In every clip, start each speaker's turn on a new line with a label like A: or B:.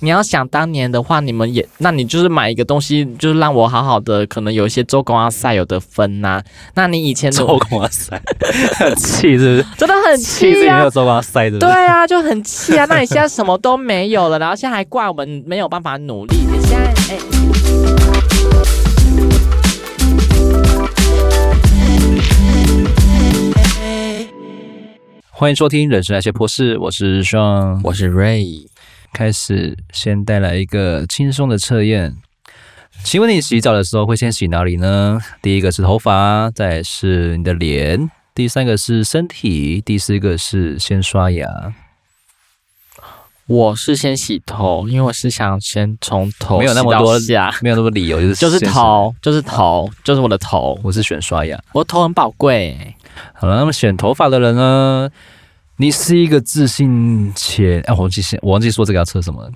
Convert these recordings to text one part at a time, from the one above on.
A: 你要想当年的话，你们也，那你就是买一个东西，就是让我好好的，可能有一些周公啊赛有的分呐、那你 以前的
B: 周公啊塞， 气 是不是？
A: 真的很
B: 气自
A: 气
B: 己没
A: 啊
B: 有，周公啊塞，对不
A: 对？啊，就很气 啊。那你现在什么都没有了，然后现在还怪我们没有办法努力。你现在哎。
B: 欢迎收听《人生那些破事》，我是双。
A: 我是 Ray，
B: 开始先带来一个轻松的测验。请问你洗澡的时候会先洗哪里呢？第一个是头发，再来是你的脸，第三个是身体，第四个是先刷牙。
A: 我是先洗头，因为我是想先从头
B: 没有那么
A: 洗到
B: 多
A: 下，
B: 没有那么理由，就是
A: 就是
B: 先洗。
A: 头，就是头，就是我的头，
B: 我是选刷牙。
A: 我的头很宝贵、
B: 好了，那么选头发的人呢？你是一个自信且……哎、我忘记先，我忘记说这个要测什么了。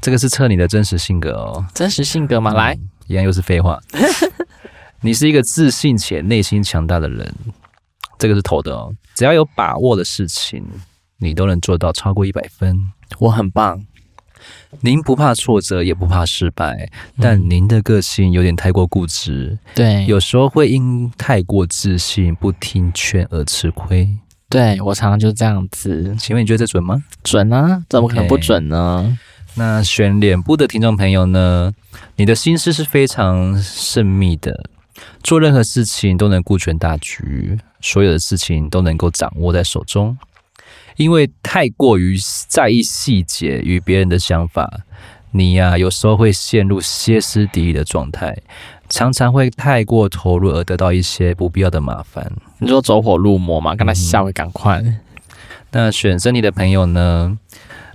B: 这个是测你的真实性格哦。
A: 真实性格嘛，来，
B: 一样又是废话。你是一个自信且内心强大的人，这个是投的哦。只要有把握的事情，你都能做到超过一百分。
A: 我很棒，
B: 您不怕挫折，也不怕失败，但您的个性有点太过固执，
A: 对，
B: 有时候会因太过自信不听劝而吃亏。
A: 对我常常就这样子，
B: 请问你觉得这准吗？
A: 准啊，怎么可能不
B: OK
A: 准呢
B: 那选脸部的听众朋友呢？你的心思是非常缜密的，做任何事情都能顾全大局，所有的事情都能够掌握在手中。因为太过于在意细节与别人的想法，你呀、有时候会陷入歇斯底里的状态，常常会太过投入而得到一些不必要的麻烦。
A: 你说走火入魔嘛，跟他笑会赶快，
B: 那选身体的朋友呢，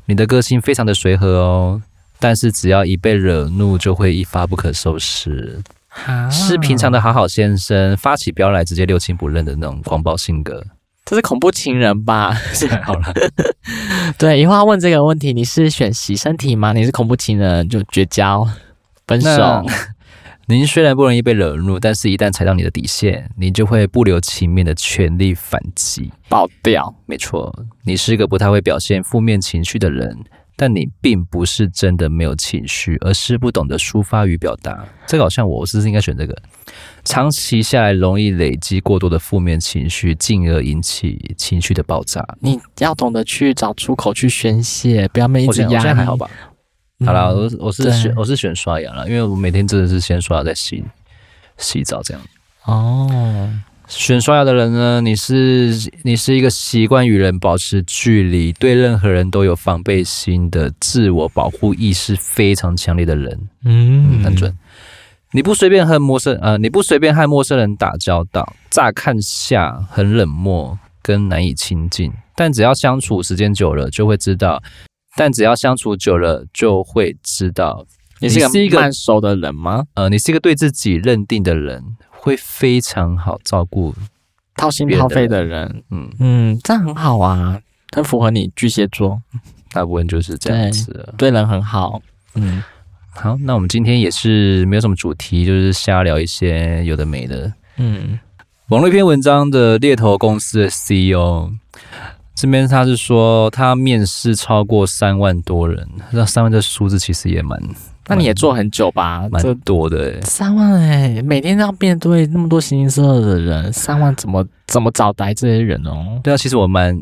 B: 你的个性非常的随和哦，但是只要一被惹怒，就会一发不可收拾，
A: 啊
B: 是平常的好好先生，发起飙来直接六亲不认的那种狂暴性格。
A: 这是恐怖情人 吧？
B: 好了，
A: 对，以后要问这个问题，你是选洗身体吗？你是恐怖情人就绝交，分
B: 那
A: 手，
B: 您虽然不容易被惹怒，但是一旦踩到你的底线，你就会不留情面的全力反击。
A: 爆掉。
B: 没错，你是一个不太会表现负面情绪的人，但你并不是真的没有情绪，而是不懂得抒发与表达。这个好像我是不是应该选这个？长期下来容易累积过多的负面情绪，进而引起情绪的爆炸。
A: 你要懂得去找出口去宣泄，不要每一
B: 我
A: 直
B: 觉
A: 嗯
B: 得我
A: 压
B: 现在
A: 抑。
B: 还好吧？好啦，
A: 嗯
B: 我我是
A: 对
B: 选我是选刷牙了，因为我每天真的是先刷牙再洗洗澡这样。
A: 哦，
B: 选刷牙的人呢，你是你是一个习惯与人保持距离，对任何人都有防备心的自我保护意识非常强烈的人，
A: 嗯
B: 很准。。你不随便和陌生呃，你不随便和陌生人打交道，乍看下很冷漠跟难以亲近，但只要相处时间久了，就会知道。但只要相处久了，就会知道，
A: 你是
B: 你是一
A: 一
B: 个
A: 个慢熟的人吗？
B: 呃，你是一个对自己认定的人，会非常好照顾，
A: 掏心
B: 别
A: 掏
B: 的
A: 肺的人，
B: 嗯，
A: 嗯，这样很好啊，很符合你巨蟹座，
B: 大部分就是这样
A: 对
B: 子了。
A: 对人很好。嗯，
B: 好，那我们今天也是没有什么主题，就是瞎聊一些有的没的。
A: 嗯，
B: 网络一篇文章的猎头公司的 CEO，这边他是说他面试超过三万多人，那三万这数字其实也蛮
A: 那你也做很久吧？
B: 蛮
A: 这
B: 多的欸。
A: 三万哎、每天要面对那么多形形色色的人，三万怎么怎么找来这些人哦？
B: 对啊，其实我蛮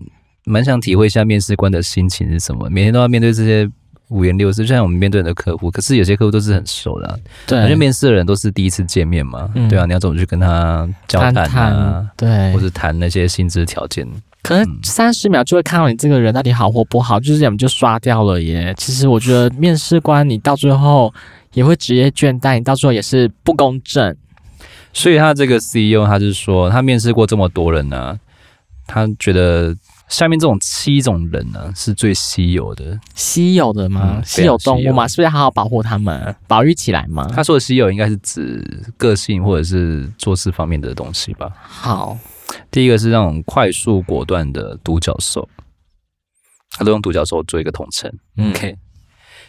B: 蛮想体会一下面试官的心情是什么，每天都要面对这些五颜六色，就像我们面对很多客户，可是有些客户都是很熟的、啊，反正
A: 对，
B: 面试的人都是第一次见面嘛，
A: 嗯
B: 对啊，你要怎么去跟他交谈啊
A: 谈，对
B: 或，者谈那些薪资条件？
A: 可能三十秒就会看到你这个人到底好或不好，就是这样就刷掉了耶。其实我觉得面试官你到最后也会职业倦怠，你到最后也是不公正。
B: 所以他这个 CEO 他是说，他面试过这么多人呢、他觉得下面这种七种人呢、是最稀有的。
A: 稀有的吗？
B: 嗯
A: 稀有动物
B: 非常稀有
A: 吗？是不是要好好保护它们，保育起来吗？
B: 他说的稀有应该是指个性或者是做事方面的东西吧。
A: 好，
B: 第一个是那种快速果断的独角兽，他都用独角兽做一个统称。
A: 嗯
B: OK，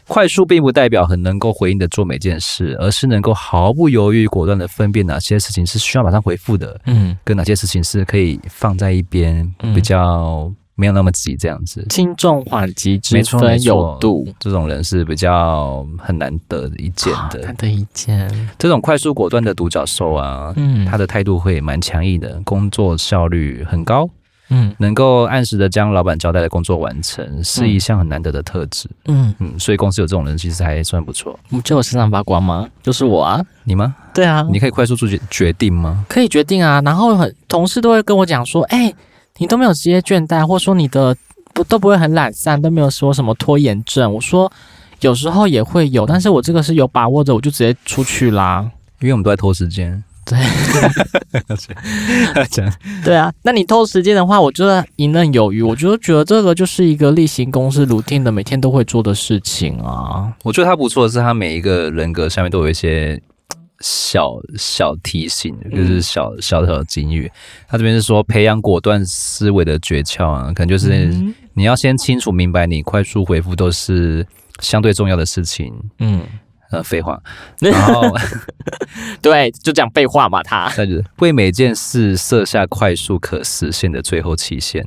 B: 快速并不代表很能够回应的做每件事，而是能够毫不犹豫、果断的分辨哪些事情是需要马上回复的，
A: 嗯
B: 跟哪些事情是可以放在一边，
A: 嗯
B: 比较没有那么急这样子。
A: 轻重缓急之
B: 没错没
A: 分
B: 错
A: 有度，
B: 这种人是比较很难得一见的
A: 啊他。的意见，
B: 这种快速果断的独角兽啊，
A: 嗯，
B: 他的态度会蛮强硬的，工作效率很高，
A: 嗯
B: 能够按时的将老板交代的工作完成，是一项很难得的特质。
A: 嗯，
B: 嗯，所以公司有这种人其实还算不错。
A: 你就我身上发光吗？就是我啊，
B: 你吗？
A: 对啊，
B: 你可以快速做决决定吗？
A: 可以决定啊。然后很同事都会跟我讲说，哎、你都没有职业倦怠，或者说你的不都不会很懒散，都没有说什么拖延症。我说有时候也会有，但是我这个是有把握的，我就直接出去啦。
B: 因为我们都在拖时间。
A: 对
B: 这样
A: 对啊，那你偷时间的话，我觉得游刃有余。我就觉得这个就是一个例行公事 routine 的每天都会做的事情啊。
B: 我觉得他不错的是，他每一个人格下面都有一些小小提醒，
A: 嗯
B: 就是小小小的金语。他这边是说培养果断思维的诀窍啊，可能就是
A: 嗯
B: 你要先清楚明白，你快速回复都是相对重要的事情。
A: 嗯，
B: 呃，废话，然后
A: 对，就讲废话嘛，他
B: 那就是为每件事设下快速可实现的最后期限，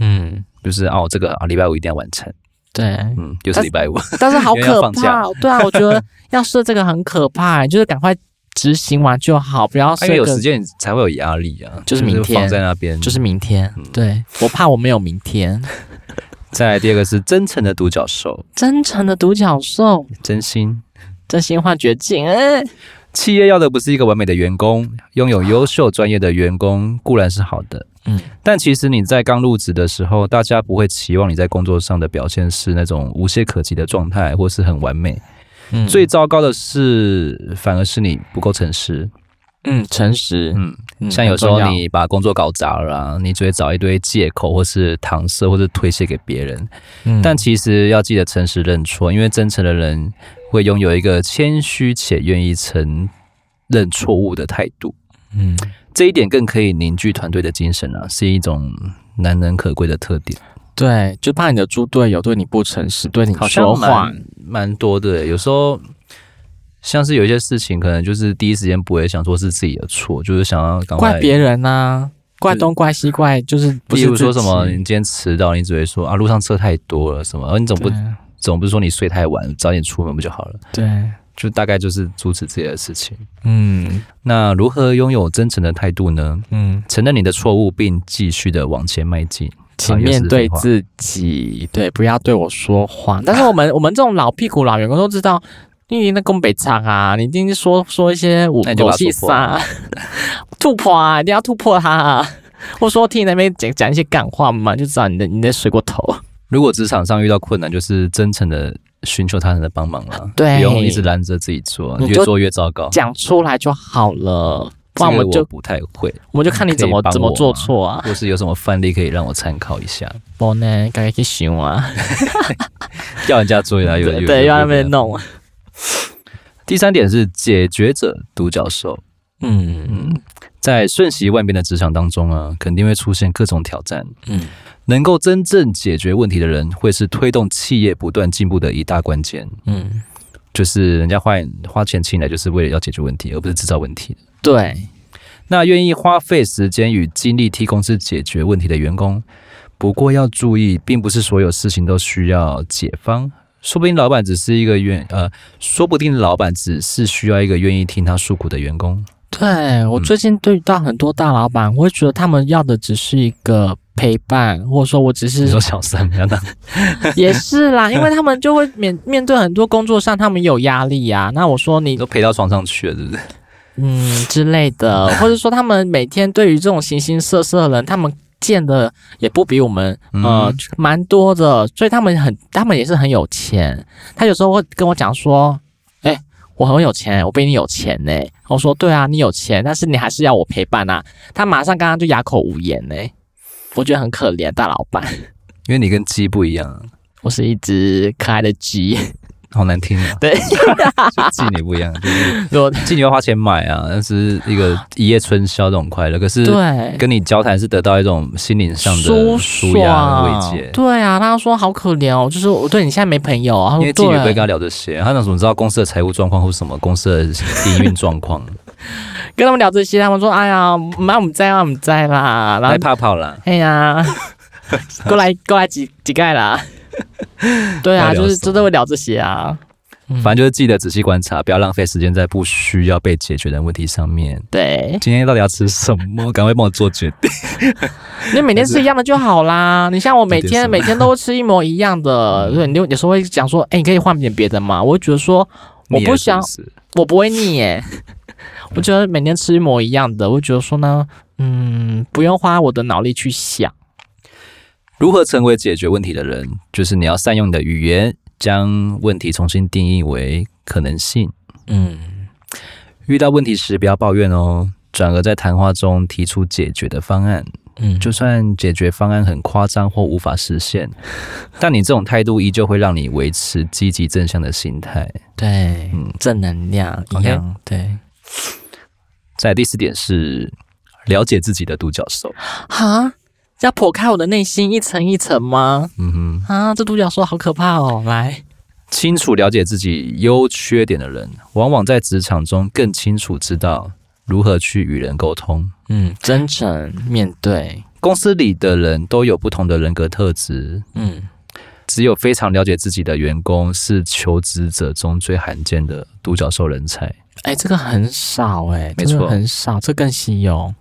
A: 嗯
B: 就是哦，这个啊，礼拜五一定要完成。
A: 对，
B: 嗯，又是礼拜五，
A: 但是好
B: 因为要
A: 可
B: 放
A: 怕
B: 假
A: 哦，对啊，我觉得要设这个很可怕、欸就是赶快执行完就好，不要设
B: 因为有
A: 个
B: 时间你才会有压力啊，
A: 就是明天
B: 放在那边，
A: 就是明天。
B: 嗯
A: 对我怕我没有明天。
B: 再来第二个是真诚的独角兽，
A: 真诚的独角兽，
B: 真心。
A: 真心换绝境，哎、
B: 企业要的不是一个完美的员工，拥有优秀专业的员工固然是好的，
A: 嗯
B: 嗯，但其实你在刚入职的时候，大家不会期望你在工作上的表现是那种无懈可击的状态，或是很完美。
A: 嗯
B: 最糟糕的是，反而是你不够诚实。
A: 嗯诚实，
B: 嗯，
A: 嗯
B: 像有时候
A: 很重要
B: 你把工作搞砸了、啊，你只会找一堆借口，或是搪塞，或是推卸给别人。
A: 嗯
B: 但其实要记得诚实认错，因为真诚的人会拥有一个谦虚且愿意承认错误的态度，
A: 嗯，
B: 这一点更可以凝聚团队的精神啊，是一种难能可贵的特点。
A: 对，就怕你的猪队友对你不诚实，对你
B: 好
A: 说
B: 像
A: 话，
B: 蛮蛮多的耶，有时候像是有一些事情，可能就是第一时间不会想说是自己的错，就是想要赶快
A: 怪。别人呐、怪
B: 就
A: 东怪西怪，就是不
B: 例
A: 是
B: 如说
A: 自
B: 什
A: 己
B: 么，你今天迟到，你只会说啊路上车太多了什么，而你总不
A: 对
B: 总不是说你睡太晚，早点出门不就好了？
A: 对，
B: 就大概就是阻止自己的事情。
A: 嗯
B: 那如何拥有真诚的态度呢？
A: 嗯，
B: 承认你的错误，并继续的往前迈进。
A: 请
B: 啊又是
A: 面对
B: 废话
A: 自己，对，不要对我说谎。但是我 们我们这种老屁股老员工都知道，你一定在攻北唱啊，你一定是说说一些五
B: 那你就
A: 狗
B: 把它
A: 屁
B: 突破啊
A: 啥， 突破啊，一定要突破它、啊，或说听你那边讲讲一些干话嘛，就知道你的你的水过头。
B: 如果职场上遇到困难，就是真诚的寻求他人的帮忙了，
A: 对
B: 不用一直拦着自己做，
A: 你
B: 越
A: 就
B: 做越糟糕。
A: 讲出来就好了，不然
B: 这
A: 我
B: 个
A: 们就
B: 不太会，
A: 我们就看你怎么
B: 可以帮
A: 怎么
B: 我
A: 做
B: 吗
A: 错啊。
B: 或是有什么范例可以让我参考一下，
A: 不呢，该去想啊，
B: 要人家做呀，有
A: 对
B: 有
A: 对，
B: 有
A: 要那边弄。啊
B: 第三点是解决者独角兽，
A: 嗯
B: 在瞬息万变的职场当中啊，肯定会出现各种挑战。
A: 嗯
B: 能够真正解决问题的人，会是推动企业不断进步的一大关键。
A: 嗯，
B: 就是人家花花钱请你来，就是为了要解决问题，而不是制造问题的。
A: 对，
B: 那愿意花费时间与精力替公司解决问题的员工，不过要注意，并不是所有事情都需要解方。说不定老板只是一个愿呃，说不定老板只是需要一个愿意听他诉苦的员工。
A: 对
B: 嗯
A: 我最近对到很多大老板，我会觉得他们要的只是一个陪伴，或者说我只
B: 你
A: 是
B: 说小三 不要当
A: 也是啦，因为他们就会面面对很多工作上他们有压力呀、那我说你
B: 都陪到床上去了，是不是？
A: 嗯之类的，或者说他们每天对于这种形形色色的人，他们见的也不比我们呃
B: 嗯
A: 蛮多的，所以他们很他们也是很有钱。他有时候会跟我讲说：“哎、我很有钱，我比你有钱呢、我说：“对啊，你有钱，但是你还是要我陪伴啊。”他马上刚刚就哑口无言呢、我觉得很可怜，大老板。
B: 因为你跟鸡不一样啊，
A: 我是一只可爱的鸡，
B: 好难听啊。
A: 对，
B: 就妓女不一样，就是
A: 我
B: 妓女要花钱买啊，那是一个一夜春宵这种快乐。可是
A: 对，
B: 跟你交谈是得到一种心灵上的舒压慰
A: 爽
B: 藉。
A: 对啊，他说好可怜哦，就是我对你现在没朋友啊。他
B: 因
A: 说
B: 为妓女不会
A: 对
B: 跟，他聊这些，他那怎么知道公司的财务状况或是什么公司的营运状 况？
A: 跟他们聊这些，他们说哎呀，妈我们在啊，我们在啦，然
B: 来
A: 后
B: 泡泡啦，
A: 哎呀，过来过来几几盖 啦。对啊，
B: 要聊
A: 就是
B: 什么
A: 真的会聊这些啊。
B: 反正就是记得仔细观察，不要浪费时间在不需要被解决的问题上面。
A: 对，
B: 今天到底要吃什 么？赶快帮我做决定。
A: 你每天吃一样的就好啦。你像我每
B: 重点是
A: 天每天都会吃嗯一模一样的，对，你就有时候会讲说，哎、你可以换点别的嘛。我会觉得说，我不想
B: 你也是不是
A: 我不会腻耶。我觉得每天吃一模一样的，我觉得说呢，嗯，不用花我的脑力去想。
B: 如何成为解决问题的人，就是你要善用你的语言，将问题重新定义为可能性。
A: 嗯，
B: 遇到问题时，不要抱怨哦，转而在谈话中提出解决的方案。
A: 嗯
B: 就算解决方案很夸张或无法实现，但你这种态度依旧会让你维持积极正向的心态。
A: 对，
B: 嗯
A: 正能量一
B: OK
A: 样对。
B: 在第四点是了解自己的独角兽。
A: 哈，要剖开我的内心一层一层吗？
B: 嗯哼，
A: 啊，这独角兽好可怕哦！来，
B: 清楚了解自己优缺点的人，往往在职场中更清楚知道如何去与人沟通。
A: 嗯，真诚面对，
B: 公司里的人都有不同的人格特质，
A: 嗯
B: 只有非常了解自己的员工是求职者中最罕见的独角兽人才。
A: 哎、这个很少哎、
B: 没
A: 真的
B: 错
A: 很少，这更稀有。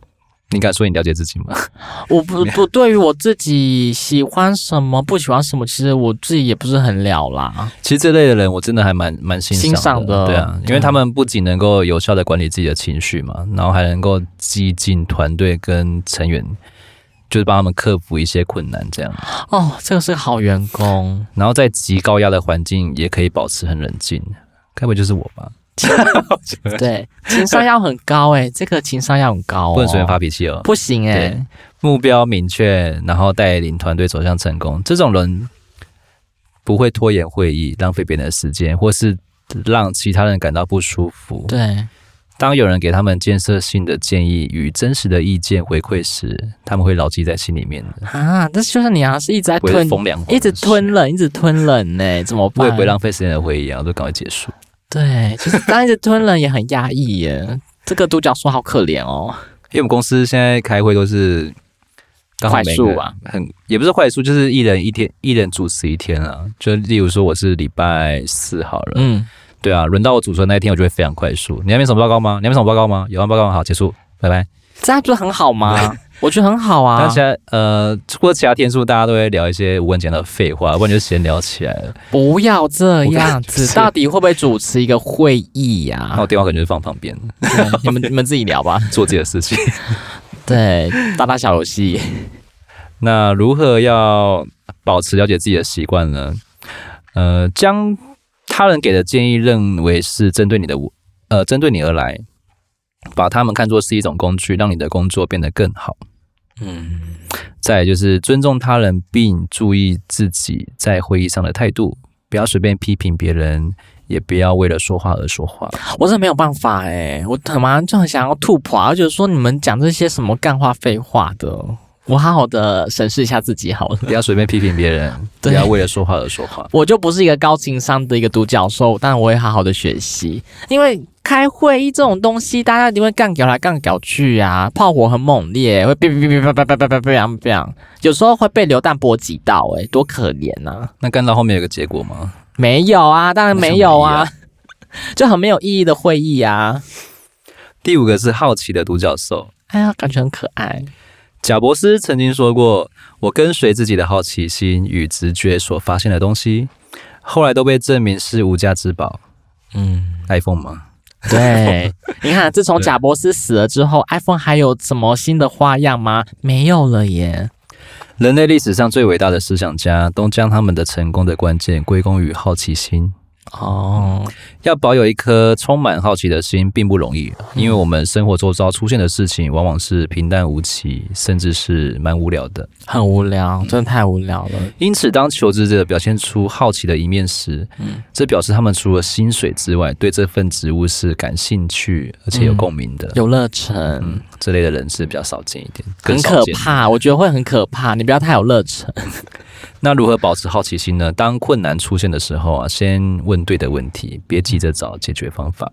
B: 你敢说你了解自己吗？
A: 我不不对于我自己喜欢什么不喜欢什么，其实我自己也不是很了啦。
B: 其实这类的人，我真的还蛮蛮欣赏
A: 欣赏的
B: 对啊，因为
A: 嗯
B: 他们不仅能够有效的管理自己的情绪嘛，然后还能够激进团队跟成员，就是帮他们克服一些困难，这样，
A: 哦，这个是个好员工，
B: 然后在极高压的环境也可以保持很冷静。该不会就是我吧？
A: 对，情商要很高哎、这个情商要很高、哦，
B: 不能随便发脾气哦。
A: 不行哎、
B: 对目标明确，然后带领团队走向成功，这种人不会拖延会议、浪费别人的时间，或是让其他人感到不舒服。
A: 对，
B: 当有人给他们建设性的建议与真实的意见回馈时，他们会牢记在心里面的，
A: 啊，但是就像你啊，是一直在
B: 不会
A: 吞
B: 是，风凉话，
A: 一直吞冷，一直吞冷呢、怎么
B: 不
A: 办？
B: 会不会浪费时间的回忆啊，都赶快结
A: 嗯
B: 束。
A: 对，其实当一直吞人也很压抑耶。这个独角兽好可怜哦。
B: 因为我们公司现在开会都是刚好每个
A: 快速啊，
B: 很也不是快速，就是一人一天，一人主持一天啊。就例如说我是礼拜四好了，
A: 嗯，
B: 对啊，轮到我主持的那一天，我就会非常快速。你还没什么报告吗？你还没什么报告吗？有啊完报告吗好，结束，拜拜。
A: 这样不是很好吗？我觉得很好啊
B: 那。其他呃，或者其他天数，大家都会聊一些无关紧要的废话，不然就闲聊起来了。
A: 不要这样
B: 我感
A: 子，
B: 觉
A: 到底会不会主持一个会议呀、
B: 然后电话可能就放旁边，
A: 对你们你们自己聊吧。
B: 做自己的事情。
A: 对，打打小游戏。
B: 那如何要保持了解自己的习惯呢？呃，将他人给的建议认为是针对你的，呃，针对你而来，把他们看作是一种工具，让你的工作变得更好。
A: 嗯，
B: 再来就是尊重他人，并注意自己在会议上的态度，不要随便批评别人，也不要为了说话而说 话。
A: 我真的没有办法哎、我他妈就很想要吐破啊，而且说你们讲这些什么干话废话的，哦我好好的审视一下自己好了。
B: 不要随便批评别人，不
A: 对
B: 要为了说话而说话。
A: 我就不是一个高情商的一个独角兽，但我会好好的学习，因为开会议这种东西，大家一定会干搞来干搞去啊，炮火很猛烈，会哔哔哔哔哔哔哔哔哔，有时候会被流弹波及到、欸，多可怜呐！
B: 那干到后面有个结果吗？
A: 没有啊，当然没有啊，就很没有意义的会议啊。
B: 第五个是好奇的独角兽。
A: 哎呀，感觉很可爱。
B: 贾伯斯曾经说过：“我跟随自己的好奇心与直觉所发现的东西，后来都被证明是无价之宝。
A: 嗯，
B: ”iPhone 吗？
A: 对，你看，自从贾伯斯死了之后，iPhone 还有什么新的花样吗？没有了耶。
B: 人类历史上最伟大的思想家都将他们的成功的关键归功于好奇心。
A: 哦，
B: 要保有一颗充满好奇的心并不容易，因为我们生活周遭出现的事情往往是平淡无奇，甚至是蛮无聊的。
A: 很无聊，真的太无聊了。
B: 因此，当求职者表现出好奇的一面时，
A: 嗯
B: 这表示他们除了薪水之外，对这份职务是感兴趣而且有共鸣的。
A: 游乐城
B: 嗯，这类的人是比较少见一点，更
A: 很
B: 少
A: 可
B: 见。
A: 怕，我觉得会很可怕。你不要太有热忱。
B: 那如何保持好奇心呢？当困难出现的时候啊，先问对的问题，别急着找解决方法，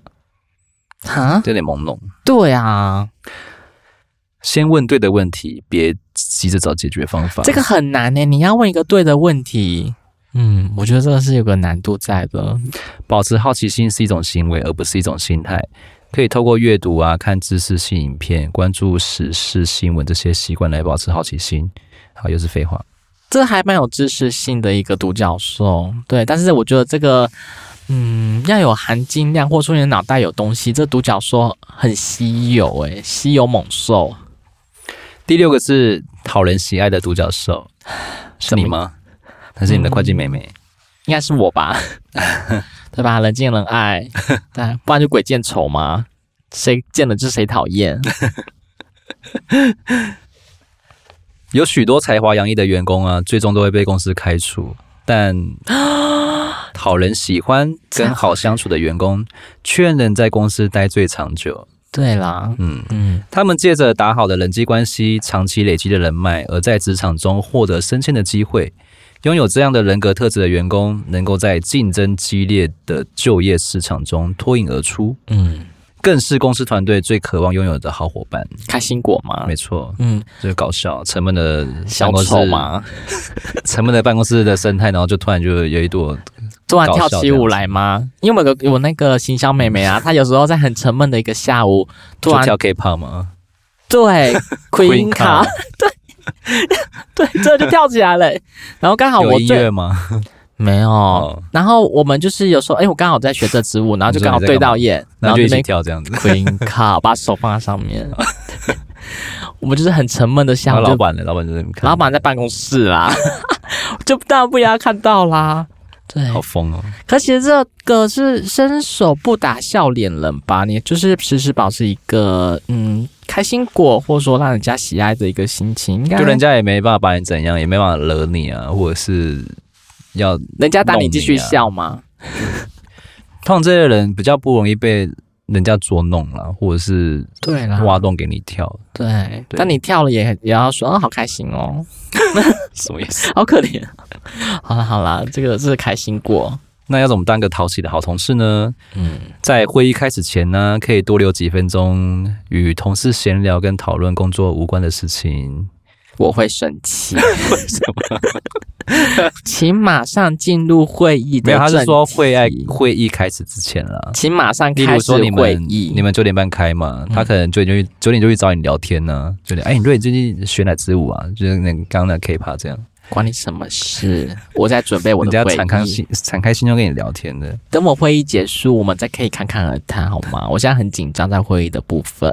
A: 哈，啊
B: 有点朦胧。
A: 对啊，
B: 先问对的问题，别急着找解决方法。
A: 这个很难呢、欸你要问一个对的问题。嗯，我觉得这个是有个难度在的。
B: 保持好奇心是一种行为，而不是一种心态。可以透过阅读啊、看知识性影片、关注时事新闻这些习惯来保持好奇心。好，又是废话。
A: 这还蛮有知识性的一个独角兽，对。但是我觉得这个，嗯，要有含金量，或者说你的脑袋有东西，这独角兽很稀有、诶，稀有猛兽。
B: 第六个是讨人喜爱的独角兽， 是你吗？还是你们的会计妹妹？
A: 应该是我 吧，对吧？人见人 爱，对，不然就鬼见愁嘛。谁见了就谁讨厌，
B: 有许多才华洋溢的员工啊，最终都会被公司开除。但讨人喜欢跟好相处的员工，却能在公司待最长久。
A: 对啦，
B: 嗯，
A: 嗯，
B: 他们借着打好的人际关系、长期累积的人脉，而在职场中获得升迁的机会。拥有这样的人格特质的员工，能够在竞争激烈的就业市场中脱颖而出，
A: 嗯，
B: 更是公司团队最渴望拥有的好伙伴。
A: 开心果嘛，
B: 没错，
A: 嗯，
B: 就是搞笑、沉闷的办
A: 小
B: 公
A: 丑
B: 室，
A: 嘛，
B: 沉闷的办公室的生态，然后就突然就有一朵
A: 突然跳起舞来吗？因为我有个我那个行销妹妹啊，她有时候在很沉闷的一个下午，突
B: 嗯就
A: 然
B: 跳 K-pop 嘛，
A: 对
B: Queen
A: Queen 卡， 对 对，这就跳起来了。然后刚好
B: 有
A: 我
B: 音
A: 最
B: 乐吗？
A: 没有，
B: 哦，
A: 然后我们就是有时候，哎，我刚好在学这支舞，然后就
B: 你说
A: 刚好
B: 你在
A: 对
B: 干嘛
A: 到眼，然
B: 那
A: 后
B: 就一
A: 那
B: 起
A: 边
B: 跳这样子。
A: Queen 卡，把手放在上 面。 我们就是很沉闷的
B: 然
A: 下
B: 后
A: 午，
B: 老
A: 就
B: 板呢？老板就在那边看，
A: 老板在办公室啊啦， 就当然不要看到啦。对，
B: 好疯哦。
A: 可其实这个是伸手不打笑脸人吧？你就是时时保持一个嗯开心果，或者说让人家喜爱的一个心情，应该
B: 就人家也没办法把你怎样，也没办法惹你啊，或者是要
A: 人家打你继续
B: 弄你啊
A: 笑嘛。
B: 通常这些人比较不容易被人家捉弄啦，或者是
A: 对啦，
B: 挖洞给你跳，
A: 啊对，
B: 对
A: 但你跳了也也要说，哦，好开心 哦，
B: 什么意 思？
A: 好可怜。好了好了，这个是开心果，
B: 那要怎么当个讨喜的好同事呢？
A: 嗯，
B: 在会议开始前呢，可以多留几分钟与同事闲聊跟讨论工作无关的事情。
A: 我会生气。 为什么？ 请马上进入会议的
B: 没有，他是说
A: 正题
B: 会爱会议开始之前啦。
A: 请马上
B: 例如
A: 开始
B: 说你
A: 会
B: 们
A: 议。嗯
B: 你们九点半开嘛，他可能九点就去九点就去找你聊天呢、九点哎，你对你最近学哪支舞啊？就是那个刚刚那 K-pop 这样。
A: 关你什么事？我在准备我
B: 人
A: 的
B: 家
A: 会
B: 敞开
A: 议。
B: 心敞开心胸跟你聊天的，
A: 等我会议结束，我们再可以侃侃而谈，好吗？我现在很紧张，在会议的部分。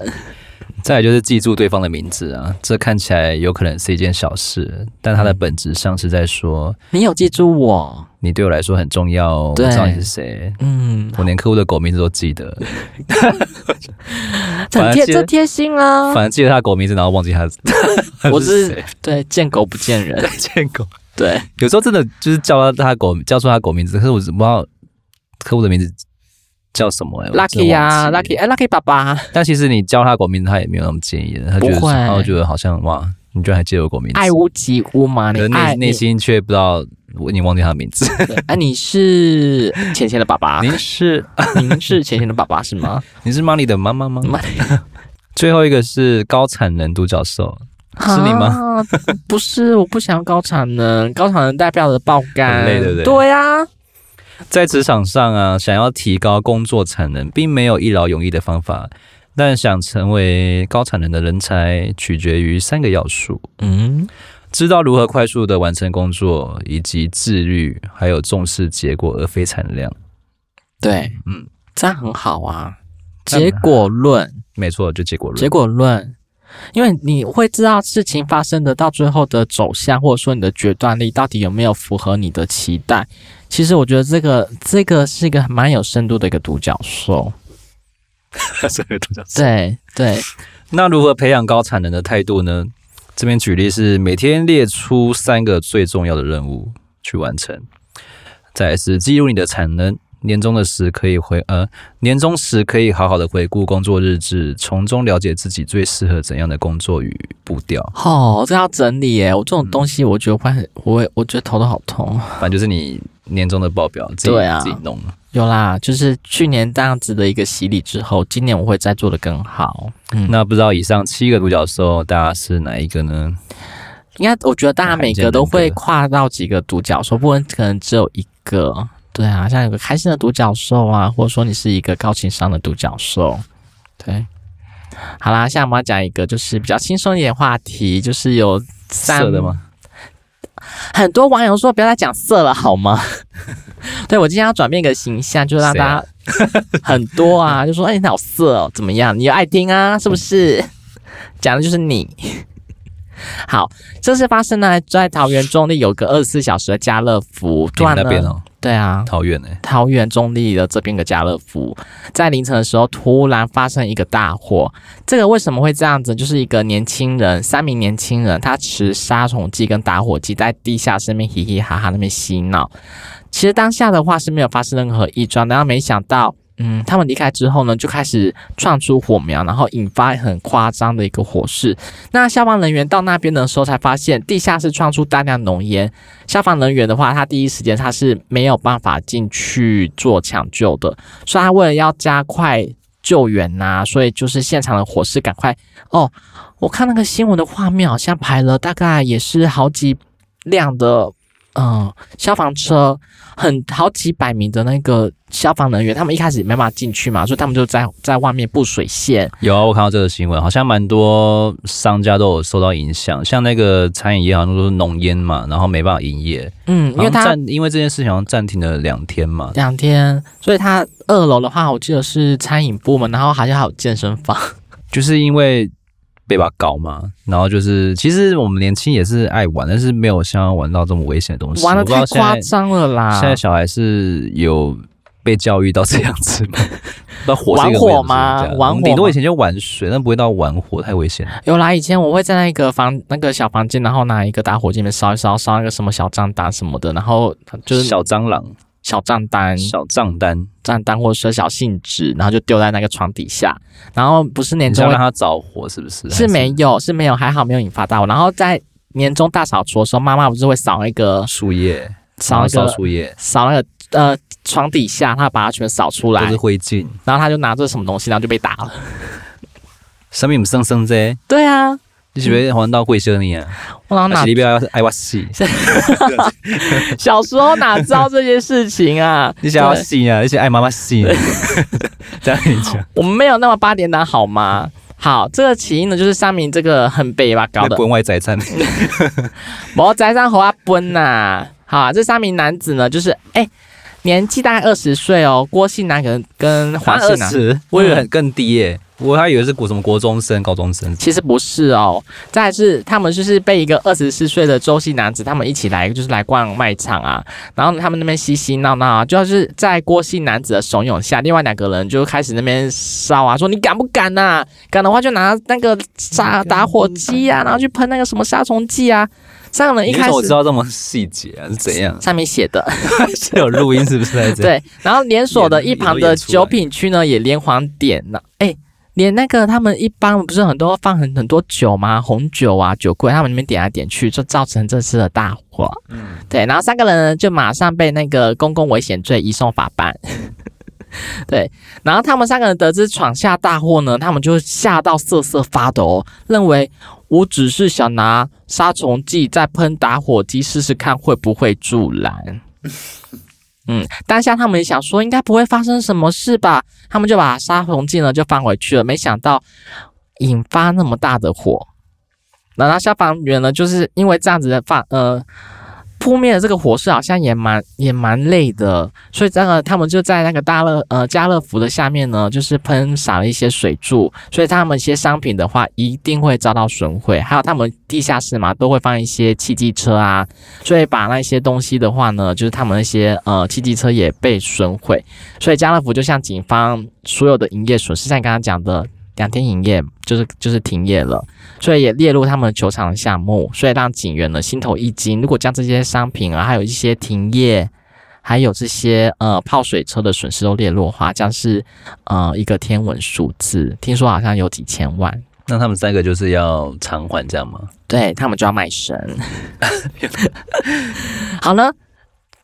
B: 再来就是记住对方的名字啊，这看起来有可能是一件小事，但它的本质上是在说
A: 你有记住我？
B: 你对我来说很重要哦，我
A: 对
B: 知道你是谁。
A: 嗯，
B: 我连客户的狗名字都 记得，反
A: 很
B: 而
A: 贴，
B: 接
A: 这贴心啊
B: 反！正记得他的狗 名字，然后忘记他他
A: 我是
B: 谁
A: 对，见狗不见人。
B: 见狗。
A: 对，
B: 有时候真的就是叫他他的狗叫出他的狗名字，可是我不知道客户的名字叫什么、欸。我真
A: ，Lucky
B: 的
A: 啊
B: 忘记
A: ，Lucky，
B: 了
A: 哎，Lucky 爸爸，
B: 但其实你叫他狗名字，他也没有那么介意的，他觉得
A: 不会
B: 他觉得好像哇，你居然还记得我狗名字，
A: 爱屋及乌嘛，
B: 可
A: 你
B: 是
A: 爱
B: 内内心却不知道我已经忘记他的名字。
A: 对啊，你是浅浅的爸爸，
B: 您是
A: 您是浅浅的爸爸是吗？
B: 您是 Money 的妈 妈吗
A: Money
B: 最后一个是高产能独角兽，是你吗？
A: 吗？啊不是，我不想要高产能，高产能代表的爆肝，
B: 很累对不对
A: 对啊，
B: 在职场上啊，想要提高工作产能，并没有一劳永逸的方法，但想成为高产能的人才，取决于三个要素：
A: 嗯，
B: 知道如何快速的完成工作，以及自律，还有重视结果而非产量。
A: 对，
B: 嗯
A: 嗯，这样很好啊。
B: 这样
A: 结果论，
B: 没错，就结果论
A: 结。果论，因为你会知道事情发生的到最后的走向，或者说你的决断力到底有没有符合你的期待。其实我觉得这个这个是一个蛮有深度的一个独角兽。
B: 三个独角兽。
A: 对对，
B: 那如何培养高产能的态度呢？这边举例是每天列出三个最重要的任务去完成，再来是记录你的产能。年终的时可以回呃，年终时可以好好的回顾工作日志，从中了解自己最适合怎样的工作与步调。嗯
A: 哦，这要整理耶。我这种东西，我觉得会很，我会，我觉得头都好痛。
B: 反正就是你年终的报表，自己
A: 对啊
B: 自己弄。
A: 有啦，就是去年这样子的一个洗礼之后，今年我会再做的更好。嗯，
B: 那不知道以上七个独角兽，大家是哪一个呢？
A: 应该我觉得大家每个都会跨到几个独角兽，不然可能只有一个。对啊，像有个开心的独角兽啊，或者说你是一个高情商的独角兽。对，好啦，现在我们要讲一个就是比较轻松一点的话题，就是有三
B: 色的吗？
A: 很多网友说不要再讲色了好 吗？对我今天要转变一个形象，就让大家很多 啊，就说哎、你好色哦，怎么样？你爱听啊，是不是？讲的就是你。好，这次发生呢，在桃园中立有个二十四小时的家乐福，
B: 你
A: 突
B: 们
A: 然
B: 那边
A: 呢，
B: 哦，
A: 对啊，
B: 桃园哎、
A: 桃园中立的这边的家乐福，在凌晨的时候突然发生一个大火。这个为什么会这样子？就是一个年轻人，三名年轻人，他持杀虫剂跟打火机在地下室那边嘻嘻哈哈那边嬉闹。其实当下的话是没有发生任何异状，然后没想到。嗯，他们离开之后呢，就开始窜出火苗，然后引发很夸张的一个火势。那消防人员到那边的时候，才发现地下室窜出大量浓烟，消防人员的话，他第一时间他是没有办法进去做抢救的，所以他为了要加快救援呐、所以就是现场的火势赶快哦。我看那个新闻的画面，好像排了大概也是好几辆的，嗯，消防车，很好几百名的那个消防人员，他们一开始没办法进去嘛，所以他们就在在外面布水线，
B: 有啊，我看到这个新闻，好像蛮多商家都有受到影响，像那个餐饮业好像都是浓烟嘛，然后没办法营业，
A: 嗯，因为
B: 好像
A: 他
B: 暂因为这件事情好像暂停了两天嘛，
A: 两天，所以他二楼的话，我记得是餐饮部门，然后好像还有健身房。
B: 就是因为被把搞嘛，然后就是其实我们年轻也是爱玩，但是没有像玩到这么危险的东西。
A: 玩的
B: 我不知道
A: 太
B: 现在
A: 夸张了啦！
B: 现在小孩是有被教育到这样子 吗？那火是一
A: 玩
B: 个
A: 火
B: 危险
A: 吗
B: 这样
A: 玩
B: 我
A: 火
B: 们顶多
A: 吗
B: 以前就玩水，但不会到玩火，太危险了。
A: 有啦，以前我会在那个房那个小房间，然后拿一个打火机里面烧一烧，烧那个什么小账单什么的，然后就是
B: 小蟑螂、
A: 小账单、
B: 小账单，
A: 账单或者是小信纸，然后就丢在那个床底下，然后不是年
B: 你是
A: 终
B: 要
A: 会
B: 让它着火是不是？
A: 哎是没有是没有，还好没有引发大火。然后在年终大扫除的时候，妈妈不是会扫那个
B: 还是树叶，
A: 扫那
B: 烧
A: 个
B: 树叶，
A: 扫那个呃床底下，她把它全扫出
B: 或
A: 来
B: 是，灰烬，
A: 然后她就拿着什么东西，然后就被打了。
B: 生命不生生这，
A: 对啊，
B: 你是不是还到贵州你啊？
A: 我然后
B: 而
A: 拿
B: 且你不要爱我死，
A: 小时候哪知道这些事情啊
B: ？你想要
A: 对
B: 死啊，而且爱妈妈死， 这样跟你讲，
A: 我们没有那么八点档好吗？好，这个起因呢，就是上面这个很北吧搞
B: 那
A: 的，
B: 关外仔餐，
A: 我宅上猴啊奔呐。好啊，这三名男子呢，就是哎、年纪大概二十岁哦，郭姓男跟跟黄姓啊
B: 二
A: 男，
B: 十，我以为很更低耶，我还以为是国什么国中生、高中生，
A: 其实不是哦。再来是他们就是被一个二十四岁的周姓男子，他们一起来就是来逛卖场啊，然后他们那边嬉嬉闹闹啊，就是在郭姓男子的怂恿下，另外两个人就开始那边烧啊，说你敢不敢呐、敢的话就拿那个
B: 嗯
A: 杀打火机啊，然后去喷那个什么杀虫剂啊。三个 人一
B: 你为
A: 开
B: 什
A: 始
B: 么知道这么细节啊？是怎
A: ？
B: 样
A: 上面写的，
B: 是有录音是不是在这？，
A: 对，然后连锁的
B: 演
A: 一旁
B: 演
A: 的
B: 出来
A: 酒品区呢也连环点了，哎，连那个他们一般不是很多放很很多酒吗？红酒啊、酒柜，他们那边点来点去，就造成这次的大火。
B: 嗯，
A: 对，然后三个人呢就马上被那个公共危险罪移送法办。对，然后他们三个人得知闯下大祸呢，他们就吓到瑟瑟发抖，哦认为我只是想拿杀虫剂再喷打火机试试看会不会助燃。嗯，当下他们也想说应该不会发生什么事吧，他们就把杀虫剂呢就放回去了，没想到引发那么大的火。然后消防员呢，就是因为这样子的放呃扑灭了这个火势，好像也蛮也蛮累的，所以这个他们就在那个大乐呃家乐福的下面呢，就是喷洒了一些水柱，所以他们一些商品的话一定会遭到损毁，还有他们地下室嘛都会放一些汽机车啊，所以把那些东西的话呢，就是他们那些呃汽机车也被损毁，所以家乐福就向警方所有的营业损失，像你刚刚讲的两天营业就是就是停业了。所以也列入他们球场的项目，所以让警员呢心头一惊。如果将这些商品啊，还有一些停业，还有这些呃泡水车的损失都列入的话，将是呃一个天文数字。听说好像有几千万，
B: 那他们三个就是要偿还这样吗？
A: 对他们就要卖身。好呢，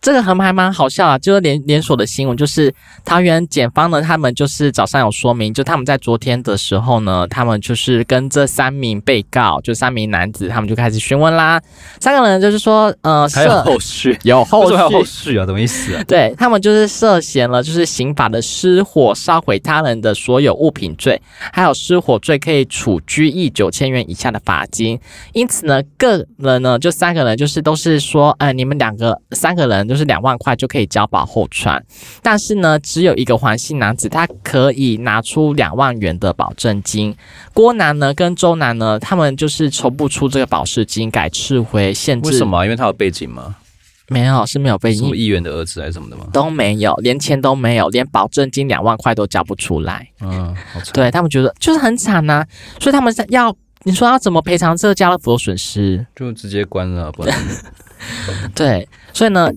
A: 这个还还蛮好笑啊，就是连连锁的新闻，就是桃园检方呢，他们就是早上有说明，就他们在昨天的时候呢，他们就是跟这三名被告，就三名男子，他们就开始询问啦。三个人就是说，呃，
B: 还有
A: 涉
B: 后续，
A: 有后
B: 为什么还有
A: 续
B: 后，续啊？什么 意思啊？
A: 对他们就是涉嫌了，就是刑法的失火烧毁他人的所有物品罪，还有失火罪可以处拘役九千元以下的罚金。因此呢，个人呢就三个人就是都是说，呃，你们两个三个人就是两万块就可以交保候传，但是呢，只有一个黄姓男子他可以拿出两万元的保证金。郭男呢跟周男呢，他们就是筹不出这个保释金，改斥回限制。
B: 为什？么啊？因为他有背景吗？
A: 没有是没有被
B: 什么议员的儿子还是什么的吗？
A: 都没有，连钱都没有，连保证金两万块都交不出来。
B: 嗯，好惨。
A: 对他们觉得就是很惨呐、所以他们在要你说要怎么赔偿这个家乐福的损失？
B: 就直接关了，不然
A: 对，所以呢。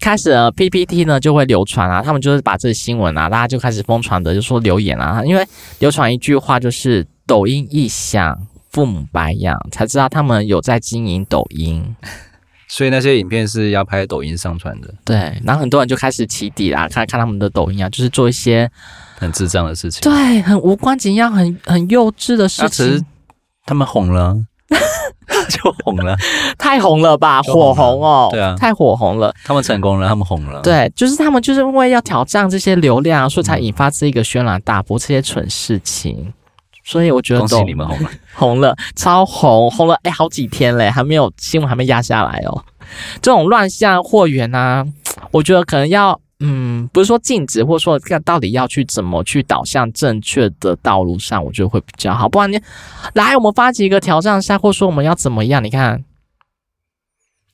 A: 开始了 PPT 呢就会流传啊，他们就是把这个新闻啊，大家就开始疯传的，就说留言啊，因为流传一句话就是“抖音一响，父母白养”，才知道他们有在经营抖音。
B: 所以那些影片是要拍抖音上传的，
A: 对，然后很多人就开始起底啦，看看他们的抖音啊，就是做一些
B: 很智障的事情。
A: 对很无关紧要、很很幼稚的事
B: 那只
A: 情
B: 是。他们红了， 就红了，
A: 太红了吧，
B: 就红
A: 火
B: 了
A: 红哦，
B: 对啊嗯
A: 太火红了，
B: 他们成功了，他们红了。，
A: 对，就是他们就是因为要挑战这些流量，所以
B: 嗯
A: 才引发这一个轩然大波，这些蠢事情。所以我觉得
B: 恭喜
A: 抖
B: 你 们红了。
A: 红了，超红，红了哎、好几天嘞，还没有新闻还没压下来哦。这种乱象货源啊，我觉得可能要嗯，不是说禁止，或者说看到底要去怎么去导向正确的道路上，我觉得会比较好。不然你来，我们发起一个挑战赛，或者说我们要怎么样？你看。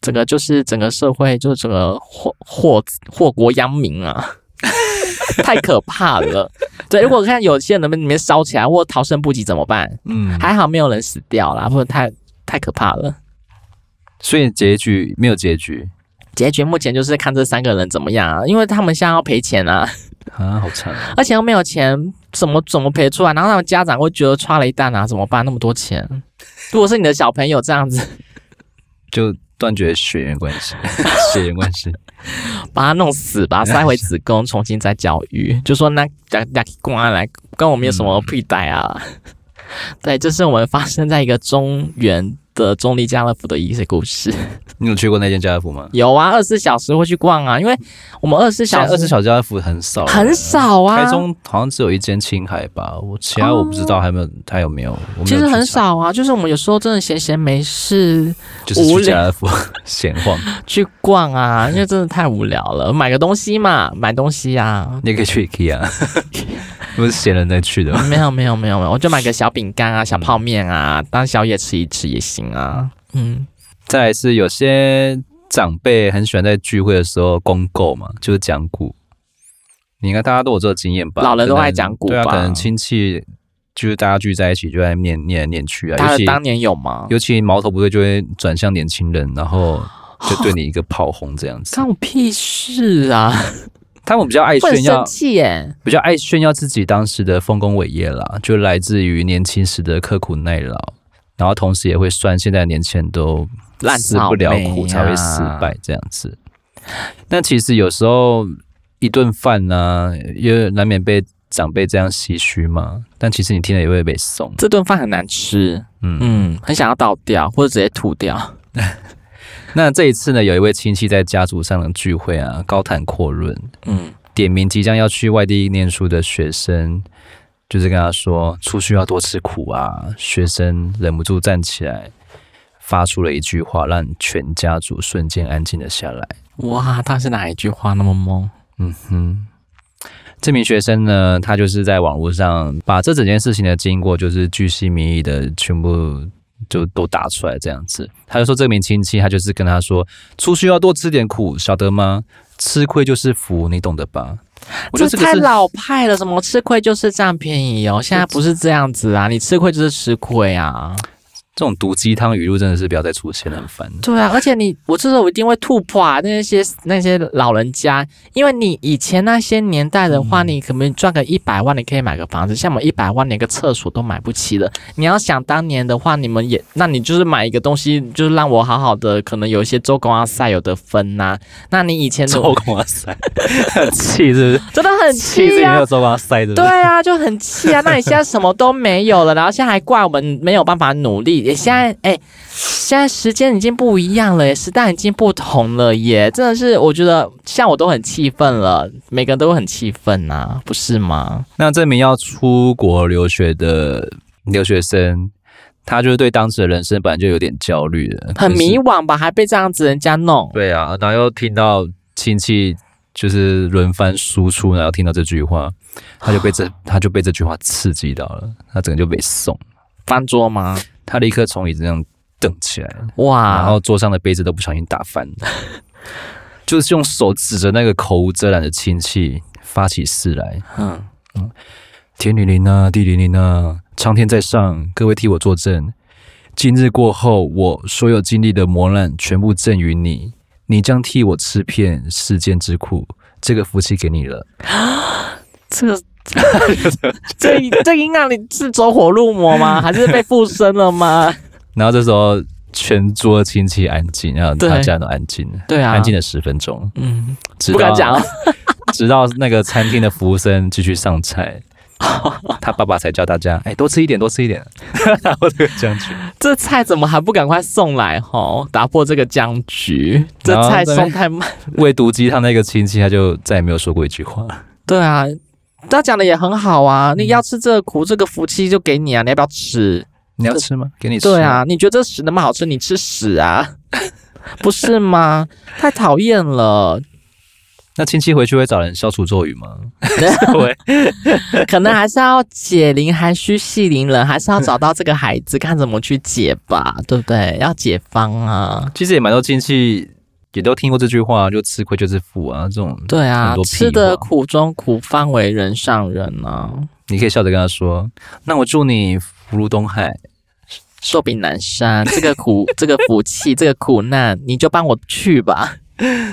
A: 整个就是整个社会，就是整个祸祸祸国殃民啊，太可怕了。对，如果看有些人能不能里面烧起来，或逃生不及怎么办？
B: 嗯，
A: 还好没有人死掉啦，不然太太可怕了。
B: 所以结局没有结局
A: 结局目前就是看这三个人怎么样啊，因为他们现在要赔钱啊，
B: 啊，好惨啊！
A: 而且又没有钱，怎么怎么赔出来？然后他们家长会觉得抓了一蛋啊，怎么办？那么多钱，如果是你的小朋友这样子
B: 就断绝血缘关系， 血缘关系。
A: 把他弄死，把他塞回子宫，重新再教育，就说那那那公安来跟我们有什么屁带啊？ 对，这是我们发生在一个中原的中立家乐福的一些故事。
B: 你有去过那间家乐福吗？
A: 有啊，二十四小时会去逛啊，因为我们二十四
B: 现
A: 小
B: 在
A: 时
B: 二十小家乐福很少，
A: 很。少啊，
B: 台中好像只有一间青海吧，我其他我不知道还有没有，还有没有？我没有
A: 其实
B: 去
A: 很
B: 查，
A: 少啊，就是我们有时候真的闲闲没事
B: 就是
A: 无
B: 去
A: 聊
B: 家乐福闲晃，
A: 去逛 啊，因为真的太无聊了，买个东西嘛，买东西啊。
B: 你也可以去 IKEA，不是闲人在去的吗。
A: 没有没有没有没有，我就买个小饼干啊，小泡面啊，当宵夜吃一吃也行啊。嗯，
B: 再来是有些长辈很喜欢在聚会的时候公购嘛，就是讲古。你应该大家都有这个经验吧？
A: 老人都
B: 可能
A: 爱讲古
B: 对啊，
A: 吧
B: 可能亲戚就是大家聚在一起就在念念来念去啊，
A: 他
B: 尤
A: 的
B: 其
A: 当年有吗？
B: 尤其矛头不对就会转向年轻人，然后就
A: 哦
B: 对你一个炮轰这样子
A: 干。我屁事啊！
B: 他们比较爱
A: 会很
B: 炫耀
A: 生，气耶。
B: 比较爱炫耀自己当时的丰功伟业啦，就来自于年轻时的刻苦耐劳，然后同时也会算现在年轻人都
A: 烂
B: 吃不了苦才会失
A: 草莓啊
B: 败这样子。但其实有时候一顿饭呢、因为难免被长辈这样唏嘘嘛，但其实你听了也会被怂。
A: 这顿饭很难吃，
B: 嗯
A: 嗯，很想要倒掉或者直接吐掉。
B: 那这一次呢，有一位亲戚在家族上的聚会啊，高谈阔论，
A: 嗯，
B: 点名即将要去外地念书的学生，就是跟他说出去要多吃苦啊。学生忍不住站起来，发出了一句话，让全家族瞬间安静了下来。
A: 哇，他是哪一句话那么懵？
B: 嗯哼，这名学生呢，他就是在网络上把这整件事情的经过，就是巨细靡遗的全部就都打出来这样子。他就说这名亲戚，他就是跟他说，出去要多吃点苦，晓得吗？吃亏就是福，你懂得吧？我觉
A: 这
B: 得这个
A: 太
B: 是
A: 老派了，什么吃亏就是占便宜哦，现在不是这样子啊，你吃亏就是吃亏啊，
B: 这种毒鸡汤语录真的是不要再出现了，很烦。
A: 对啊，而且你我这时候我一定会吐破啊！那些那些老人家，因为你以前那些年代的话，你可能赚个一百万，你可以买个房子，像我们一百万连个厕所都买不起了。你要想当年的话，你们也，那你就是买一个东西，就是让我好好的，可能有一些周公啊赛有的分呐、那你以前的
B: 周公哇塞，很气是不是？
A: 真的很
B: 气
A: 气
B: 自己没
A: 啊
B: 有！周公哇塞，对不
A: 对？啊，就很气啊！那你现在什么都没有了，然后现在还怪我们没有办法努力。也现在哎、现在时间已经不一样了耶，时代已经不同了耶，真的是我觉得像我都很气愤了，每个人都很气愤呐、不是吗？
B: 那这名要出国留学的留学生，他就是对当时的人生本来就有点焦虑了，
A: 很
B: 就是
A: 迷惘吧，还被这样子人家弄。
B: 对啊，然后又听到亲戚就是轮番输出，然后听到这句话，他就 被这他就被这句话刺激到了，他整个就被送，
A: 翻桌吗？
B: 他立刻从椅子上蹬起来，然
A: 哇，
B: 后桌上的杯子都不小心打翻了， 就是用手指着那个口无遮拦的亲戚发起誓来
A: 嗯，：“
B: 天灵灵啊，地灵灵啊，苍天在上，各位替我作证。”今日过后，我所有经历的磨难全部赠与你，你将替我吃遍世间之苦。这个福气给你了，
A: 这个。 这这应该你是走火入魔吗？还是被附身了吗？
B: 然后这时候全桌亲戚安静，然后
A: 对
B: 大家都安静了，
A: 对啊，
B: 安静了十分钟，
A: 嗯，
B: 直
A: 不敢
B: 到
A: 讲了。
B: 直到那个餐厅的服务生继续上菜，他爸爸才叫大家，哎、多吃一点，多吃一点， 然后这个僵局，
A: 这菜怎么还不赶快送来？吼，打破这个僵局，这
B: 然后
A: 菜
B: 这
A: 送太慢。
B: 喂毒鸡汤那个亲戚他就再也没有说过一句话。
A: 对啊，他讲的也很好啊。你要吃这个苦，这个福气就给你啊，你要不要吃？
B: 你要吃吗？给你吃。
A: 对，啊，你觉得这屎那么好吃，你吃屎啊？ 不是吗？太讨厌了，
B: 那亲戚回去会找人消除咒语吗？会，
A: 可能还是要解铃还须系铃人，还是要找到这个孩子，看怎么去解吧， 对不对？要解方啊，
B: 其实也蛮多亲戚也都听过这句话，就吃亏就是富啊。这种
A: 对啊
B: 很，多屁
A: 吃的
B: 话
A: 苦中苦，方为人上人啊，
B: 你可以笑着跟他说：“那我祝你福如东海。
A: 寿比南山， 这个苦，这个福气，这个苦难，你就帮我去吧。”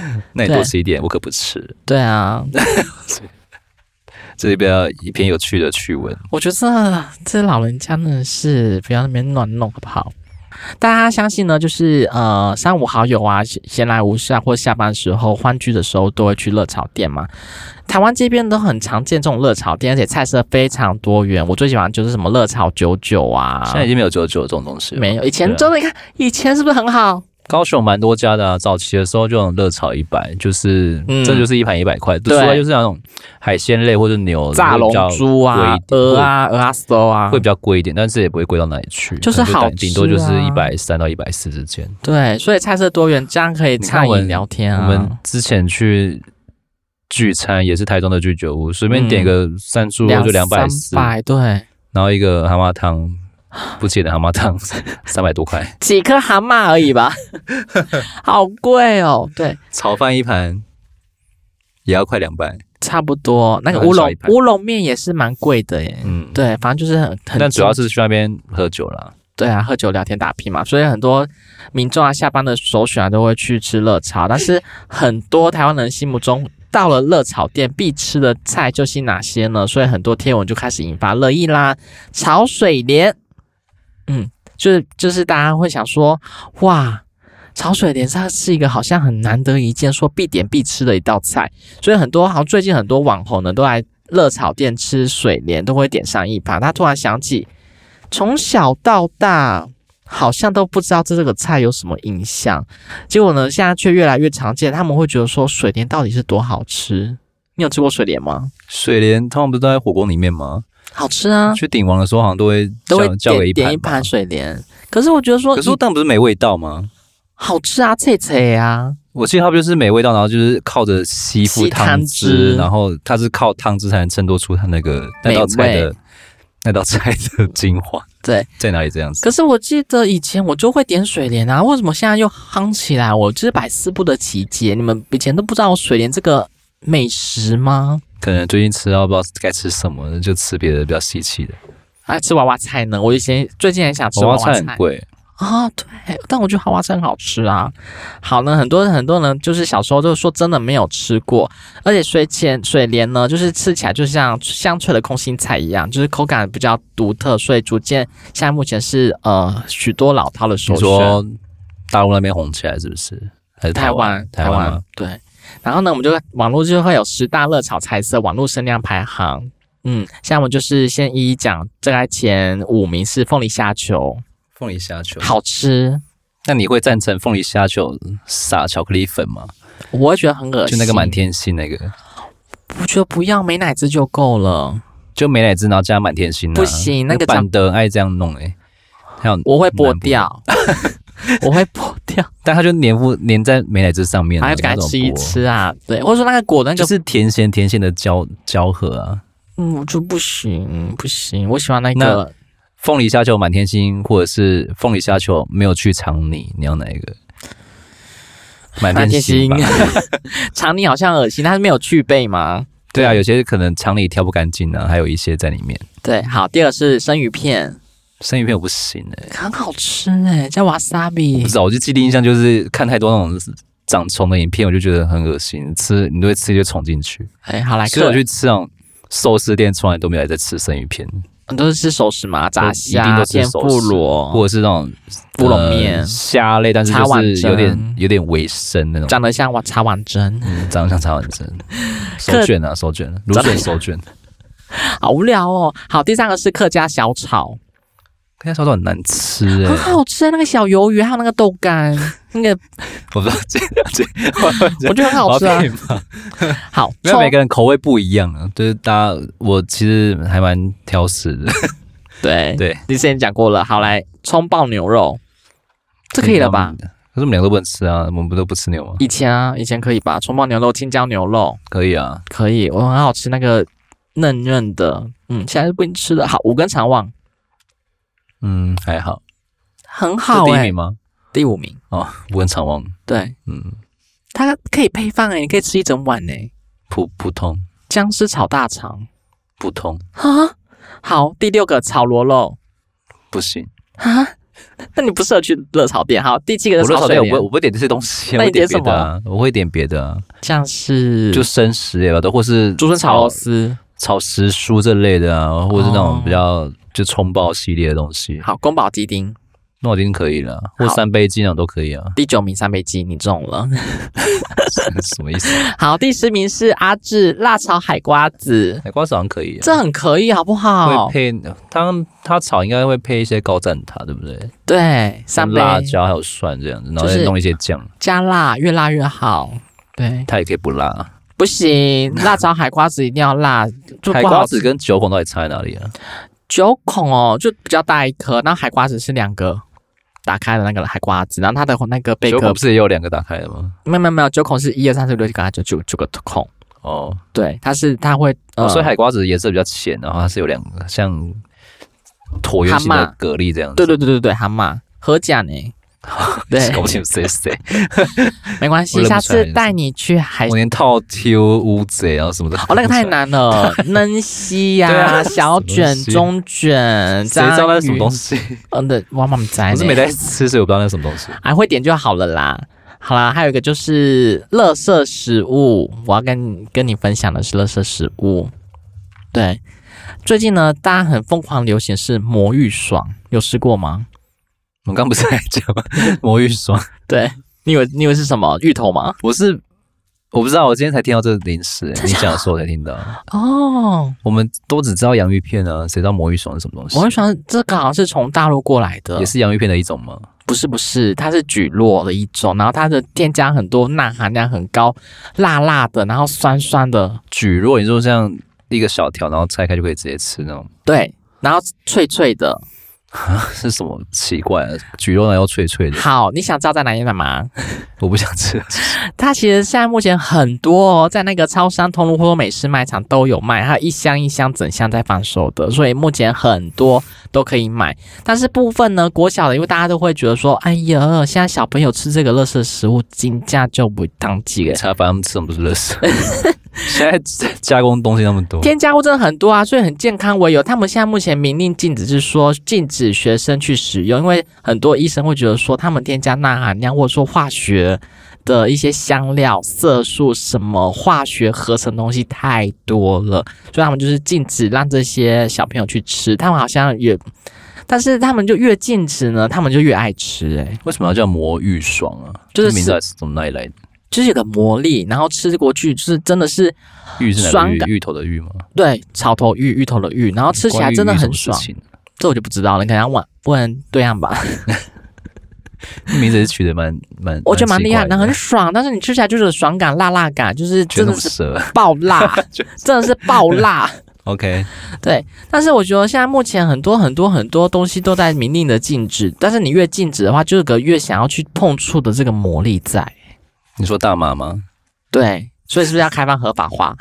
B: 那你多
A: 对
B: 吃一点，我可不吃。
A: 对啊，
B: 这里边一篇有趣的趣闻。
A: 我觉得这这老人家呢是不要在那边乱弄好不好？大家相信呢，就是呃，三五好友啊，闲闲来无事啊，或下班时候欢聚的时候，都会去热炒店嘛。台湾这边都很常见这种热炒店，而且菜色非常多元。我最喜欢就是什么热炒九九啊，
B: 现在已经没有九九这种东西了。
A: 没有，以
B: 对
A: 前
B: 啊
A: 真的你看，以前是不是很好？
B: 高雄蛮多家的啊，早期的时候就有热炒一百，就是、
A: 嗯
B: 这就是一盘一百块，除
A: 对
B: 外就是那种海鲜类或者牛
A: 炸龙珠啊
B: 会比，较贵一点
A: 鹅啊，鹅啊酥啊，
B: 会比较贵一点，但是也不会贵到哪里去，
A: 就是
B: 可能
A: 好
B: 顶顶多
A: 吃
B: 就是
A: 啊
B: 一百三到一百四之间。
A: 对，所以菜色多元，这样可以
B: 你看
A: 畅
B: 我
A: 饮
B: 们
A: 聊天啊。
B: 我们之前去聚餐也是台中的居酒屋，随便点个三猪肉就嗯两百四，
A: 百，对，
B: 然后一个蛤蟆汤，不解的蛤蟆 汤三百多块，
A: 几颗蛤蟆而已 吧，好贵哦。对，
B: 炒饭一盘也要快两百，
A: 差不多。那个
B: 很
A: 乌
B: 少
A: 龙
B: 一盘
A: 乌龙面也是蛮贵的耶。
B: 嗯，
A: 对，反正就是很很，
B: 但主要是去那边喝酒啦。
A: 对啊，喝酒聊天打屁嘛，所以很多民众啊下班的首选啊都会去吃热炒，但是很多台湾人心目中到了热炒店必吃的菜究竟哪些呢？所以很多贴文就开始引发热议啦，炒水莲，嗯，就是就是大家会想说，哇。炒水莲它是一个好像很难得一见，说必点必吃的一道菜，所以很多好像最近很多网红呢都来热炒店吃水莲，都会点上一盘。他突然想起，从小到大好像都不知道这这个菜有什么影响，结果呢，现在却越来越常见。他们会觉得说水莲到底是多好吃？你有吃过水莲吗？
B: 水莲通常不是都在火锅里面吗？
A: 好吃啊，
B: 去鼎王的时候好像都会
A: 都会
B: 叫叫个
A: 点点一
B: 盘
A: 盘哦
B: 嘛。
A: 水莲。可是我觉得说，嗯
B: 可是但不是没味道吗？
A: 好吃啊，脆脆啊，
B: 我记得它不就是没味道，然后就是靠着吸附
A: 吸汤
B: 汤
A: 汁
B: 汁，然后它是靠汤汁才能衬托出它那个那
A: 美
B: 道菜
A: 味
B: 的那道菜的精华
A: 对。
B: 在哪里这样子。
A: 可是我记得以前我就会点水莲啊，为什么现在又夯起来？我就是百思不得其解。你们以前都不知道有水莲这个美食吗？
B: 可能最近吃到不知道该吃什么，就吃别的比较稀奇的。
A: 还吃娃娃菜呢？我以前最近很想吃
B: 娃
A: 娃
B: 娃菜
A: 菜，
B: 很贵，
A: 啊、对，但我觉得花生好吃啊。好呢，很多很多人就是小时候就是说真的没有吃过，而且水浅水莲呢，就是吃起来就像香脆的空心菜一样，就是口感比较独特，所以逐渐现在目前是呃许多老饕的首
B: 你
A: 选。
B: 说大陆那边红起来是不是？还是
A: 台湾
B: 湾？，台
A: 台
B: 吗？
A: 对。然后呢，我们就网络就会有十大热炒菜色网络声量排行。嗯，现在我们就是先一一讲，大概前五名是凤梨虾球，
B: 凤梨虾球。
A: 好吃，
B: 那你会赞成凤梨虾球撒巧克力粉吗？
A: 我会觉得很恶
B: 就
A: 心。
B: 那个满，天星那个，
A: 我觉得不要美乃滋就够了。
B: 就美乃滋，然后加满天星、啊。
A: 不行那个长
B: 板的爱这样弄哎、还有，
A: 我会剥掉， 我会剥 掉，
B: 但它就粘附粘在美乃滋上面了，
A: 然后就赶
B: 那
A: 快
B: 种
A: 吃一
B: 薄，
A: 吃啊。对，或者说那个果那个，
B: 就是甜咸甜咸的交交合啊。
A: 嗯，我就不行不行，我喜欢那个
B: 凤梨虾球满天星，或者是凤梨虾球没有去尝你，你要哪一个？满
A: 满
B: 天
A: 天
B: 星
A: 星
B: 吧。。
A: 肠你好像恶心，但是没有具备吗？
B: 对啊，有些可能肠里挑不干净啊，还有一些在里面。
A: 对，好，第二是生鱼片，
B: 生鱼片我不行哎、
A: 很好吃哎、叫
B: 不
A: wasabi。
B: 知道，我就既定印象就是看太多那种长虫的影片，我就觉得很恶心，吃你都会吃一些虫进去。
A: 哎、好来，
B: 所以我
A: 客
B: 去吃那种寿司店，从来都没有在吃生鱼片，
A: 你都是吃熟食嘛，炸
B: 一定
A: 虾、
B: 都吃
A: 天
B: 熟
A: 妇
B: 食
A: 罗，
B: 或者是那种
A: 哦乌龙面
B: 呃虾类，但是
A: 茶
B: 就
A: 碗
B: 是有
A: 蒸
B: 点有点微生那种。
A: 长得像哇茶碗蒸，
B: 嗯，长得像茶碗蒸， 手卷啊，手卷，芦笋手卷，
A: 好无聊哦。好，第三个是客家小炒，
B: 客家小炒很难吃 哎、
A: 很好吃、啊那个小鱿鱼还有那个豆 干，那个
B: 我不知道这这，
A: 我觉得很
B: 我
A: 好
B: 要
A: 吃啊
B: 被。骂
A: 好，
B: 没有每个人口味不一样啊，就是大家我其实还蛮挑食的，
A: 对
B: 对，
A: 你之前讲过了。好，来葱爆牛肉，这可以了吧？？
B: 可是啊我们两个都不能吃啊，我们不都不吃牛吗？
A: 以前啊，以前可以吧？葱爆牛肉、青椒牛肉
B: 可以啊，
A: 可以，我很好吃那个嫩嫩的，嗯，现在是不能吃的。好，五根肠旺
B: 嗯，还好。
A: 很
B: 是
A: 好
B: 第一
A: 哎、
B: 名吗？
A: 第五名，
B: 哦，无人常忘，
A: 对，
B: 嗯，
A: 它可以配饭哎、你可以吃一整碗哎、
B: 普普通
A: 僵尸炒大肠
B: 普通
A: 啊。好，第六个炒螺肉
B: 不行。
A: 啊， 那你不适合去热炒店。好，第七个
B: 我
A: 是
B: 热
A: 炒
B: 炒
A: 水
B: 店我不会
A: 莲，
B: 我不会点这些东西，
A: 那
B: 我
A: 你
B: 会
A: 点
B: 点别
A: 什
B: 的啊，我会点别的啊，
A: 像是
B: 就生食类吧，都或是
A: 嗯竹笋炒肉丝。
B: 炒时蔬这类的啊，或者是那
A: 哦
B: 种比较就葱爆系列的东西，
A: 好，宫保鸡丁。
B: 那我已经可以了，啊或
A: 好，
B: 三杯鸡那种都可以啊
A: 第九名三杯鸡，你中了。
B: 什么意思？
A: 好，第十名是阿志辣炒海瓜子，
B: 海瓜子好像可以啊，
A: 这很可以，好不好
B: 会？配它它炒应该会配一些高蛋挞，对不对？
A: 对，三杯
B: 辣椒还有蒜这样子，然后
A: 就
B: 再
A: 是
B: 弄一些酱，
A: 加辣，越辣越好。对，
B: 它也可以不辣。啊
A: 不行，辣炒海瓜子一定要辣，就
B: 海
A: 不好
B: 瓜
A: 吃
B: 子跟九孔到底差在哪里啊？
A: 九孔哦，就比较大一颗，然后海瓜子是两个打开的那个海瓜子，然后它的那个贝
B: 九
A: 壳
B: 孔不是也有两个打开的吗？
A: 没有没有没有，九孔是一二三四五六七八九九九个孔，
B: 哦，
A: 对，它是它会呃，
B: 哦所以海瓜子颜色比较浅，然后它是有两个像椭圆形
A: 蛤
B: 的
A: 蟆
B: 蛤蜊这样子。
A: 对对对对对，蛤蟆合甲 呢，对，
B: 搞不清楚谁 是谁，
A: 没关
B: 我
A: 系，
B: 认不
A: 下
B: 出来
A: 次带你去海
B: 我连套 Q 乌贼啊什么的。
A: 哦，那 个太。难了，嫩溪
B: 对
A: 呀、
B: 啊
A: 小卷、
B: 什么东西
A: 中卷、
B: 谁知道那是什么东
A: 西？
B: 西？
A: 嗯对，我妈妈在
B: 我
A: 呢，
B: 是没在吃，所以我不知道那是什么东西。
A: 还啊会点就好了啦。好啦，还有一个就是垃圾食物，我要跟跟你分享的是垃圾食物。对，最近呢，大家很疯狂流行是魔芋爽，有试过吗？
B: 我刚不是在讲 吗魔芋爽？
A: 对，你以为你以为是什么芋头吗？
B: 我是我不知道，我今天才听到这个零 食，你讲的时候我才听到。
A: 哦，
B: 我们都只知道洋芋片啊，谁知道魔芋爽是什么东 西
A: 魔芋？爽这个好像是从大陆过来的，
B: 也是洋芋片的一种吗？
A: 不是不是，它是菊络的一种，然后它的添加很多钠含量很高，辣辣的，然后酸酸的，
B: 蒟蒻，你说像一个小条，然后拆开就可以直接吃那种，
A: 对，然后脆脆的。
B: 是什么奇怪、啊？蒟蒻还要脆脆的，
A: 好，你想知道在哪里买吗？
B: 我不想 吃。
A: 它其实现在目前很多哦，在那个超商、通路或美式卖场都有卖，它一箱一箱整箱在贩售的，所以目前很多都可以买。但是部分呢，国小的，因为大家都会觉得说，哎呀，现在小朋友吃这个垃圾食物，金价就不当季了。
B: 茶反正他们吃的不是垃圾，现在在加工东西那么多，
A: 添加物真的很多啊，所以很健康为由，他们现在目前明令禁止，是说禁止学生去使用，因为很多医生会觉得说他们添加钠含量或者说化学的一些香料、色素什么化学合成东西太多了，所以他们就是禁止让这些小朋友去吃。他们好像也，但是他们就越禁止呢，他们就越爱吃、欸，诶，
B: 为什么要叫魔芋爽啊？
A: 就是
B: 这名字到底是从哪里来的？
A: 就是有个魔力，然后吃过去就是真的是
B: 芋是哪个
A: 爽
B: 芋
A: 感？
B: 芋头的芋吗？
A: 对草头芋芋头的芋，然后吃起来真的很爽
B: 关。于芋什么事
A: 这我就不知道了，你可能要问问对岸吧。
B: 情。名字也是取得蛮蛮，
A: 我觉得蛮厉害的，
B: 的，
A: 很爽，但是你吃起来就是有爽感、辣辣感，就是
B: 全
A: 真
B: 都
A: 的是
B: 蛇。
A: 爆 辣，真的是爆辣。
B: OK，
A: 对，但是我觉得现在目前很多很多很多东西都在明令的禁止，但是你越禁止的话，就是个越想要去碰触的这个魔力在。
B: 你说大麻吗？
A: 对，所以是不是要开放合法化？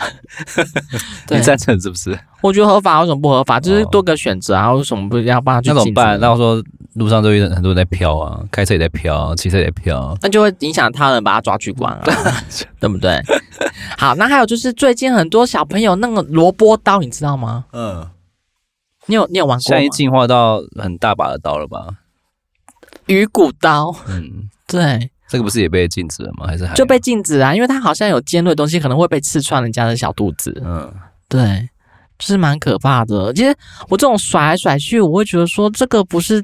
A: 对
B: 你，赞成是不是？
A: 我觉得合法为什么不合法？就是
B: 哦
A: 多个选择啊，为什么不要帮他去
B: 那怎
A: 禁止
B: 么办？
A: 呢
B: 那我说路上都有很多人在飘啊，开车也在飘，骑车也在飘。啊
A: 那就会影响他人把他抓去关啊，对不对？好，那还有就是最近很多小朋友那个萝卜刀，你知道吗？
B: 嗯，
A: 你有你有玩
B: 现
A: 过吗
B: 在已经？进化到很大把的刀了吧？
A: 鱼骨刀，
B: 嗯，
A: 对，
B: 这个不是也被禁止了吗？还是还
A: 就被禁止啊，因为它好像有尖锐的东西，可能会被刺穿人家的小肚子，
B: 嗯
A: 对，就是蛮可怕的。其实我这种甩来甩去，我会觉得说这个不是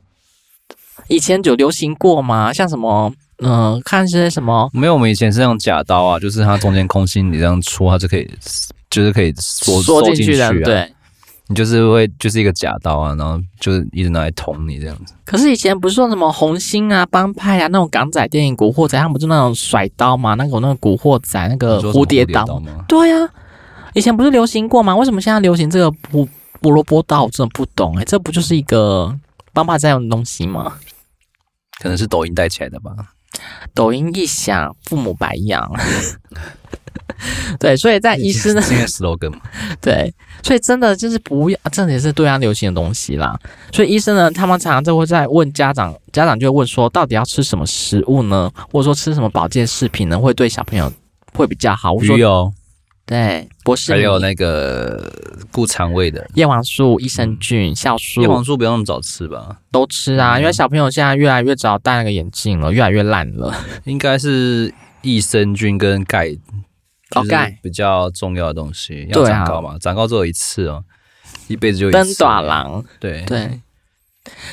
A: 以前有流行过吗？像什么，嗯、看一些什么。
B: 没有，我们以前是用假刀啊，就是它中间空心，你这样戳，它就可以，就是可以缩
A: 缩
B: 进
A: 进去的，
B: 啊。，
A: 对。
B: 你就是会就是一个假刀啊，然后就是一直拿来捅你这样子。
A: 可是以前不是说什么红星啊、帮派啊那种港仔电影《古惑仔》，他们不就那种甩刀嘛？那个那个《古惑仔》那个
B: 你说什么
A: 呃蝴蝶刀
B: 刀，吗？
A: 对呀、以前不是流行过吗？为什么现在流行这个胡胡萝卜刀？我真的不懂哎、这不就是一个帮派在用的东西吗？
B: 可能是抖音带起来 的吧。
A: 抖音一响，父母白养。 对，所以 在医师呢，
B: 是因为 slogan 嘛
A: 对，所以真的就是不要，这也是对岸流行的东西啦。所以医生呢，他们常常就会在问家长，家长就会问说，到底要吃什么食物呢？或者说吃什么保健食品呢，会对小朋友会比较好？我说
B: 鱼油，
A: 对，博士
B: 还
A: 米，
B: 有那个顾肠胃的
A: 叶黄素、益生菌、酵素
B: 嗯叶，黄素，不嗯要那么早吃吧。
A: 都吃啊，因为小朋友现在越来越早戴那个眼镜了，越来越烂了。
B: 应该是益生菌跟钙，
A: 哦
B: 就是
A: 钙
B: 比较重要的东西，要
A: 对啊
B: 长高嘛，长高只有一次哦，一辈子就一次。
A: 灯短，郎，
B: 对
A: 对，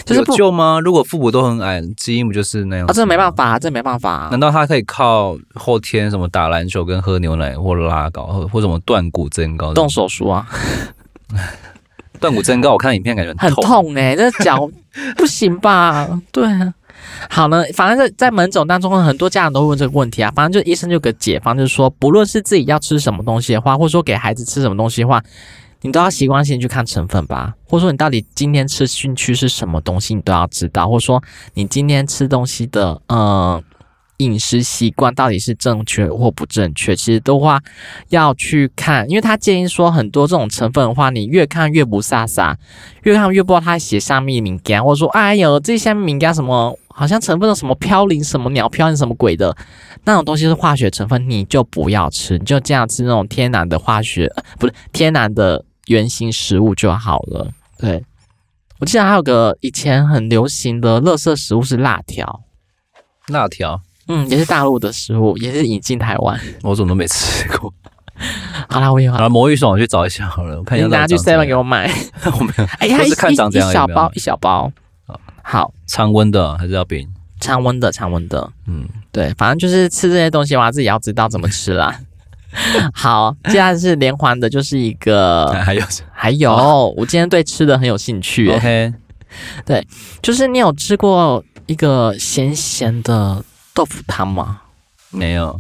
A: 就是
B: 有
A: 不
B: 救吗？如果父母都很矮，基因不就是那样？
A: 啊，这没办。法、啊，这没办法、啊
B: 难。道他可以靠后天什么打篮球跟喝牛奶或拉高或或什么断骨增高？
A: 动手术啊，
B: 断骨增高，我看影片感觉
A: 很
B: 痛。
A: 痛哎、这脚不行吧？对啊，好呢，反正在在门诊当中，很多家长都会问这个问题啊。反正就医生就有个解方，就是说，不论是自己要吃什么东西的话，或者说给孩子吃什么东西的话，你都要习惯性去看成分吧，或者说你到底今天吃进去是什么东西，你都要知道，或者说你今天吃东西的呃饮食习惯到底是正确或不正确，其实的话要去看，因为他建议说很多这种成分的话，你越看越不飒飒，越看越不知道他写上面敏感，或者说哎呦这下面敏感什么，好像成分有什么嘌呤什么鸟嘌呤什么鬼的那种东西是化学成分，你就不要吃，你就这样吃那种天然的化学，呃不是天然的原型食物就好了。对，我记得还有个以前很流行的垃圾食物是辣条。
B: 辣条，
A: 嗯，也是大陆的食物，也是引进台 湾。
B: 我怎么都没吃过。
A: 好啦，我有
B: 好
A: 啊，
B: 了，魔芋爽我去找一下好了，我看一
A: 你
B: 下到
A: 拿去
B: 底长怎样。
A: seven 给我买。
B: 我没有
A: 哎，它
B: 我
A: 一
B: 是看长
A: 一
B: 这
A: 一
B: 样
A: 小
B: 有没有哦
A: 包，一小包
B: 好。
A: 好，
B: 常温的还是要冰？
A: 常温的，常温的。
B: 嗯，
A: 对，反正就是吃这些东西的话，自己要知道怎么吃啦。好，接下来是连环的，就是一个，
B: 还有
A: 还有、我今天对吃的很有兴趣，哎
B: OK，
A: 就是你有吃过一个咸咸的豆腐汤吗？
B: 没有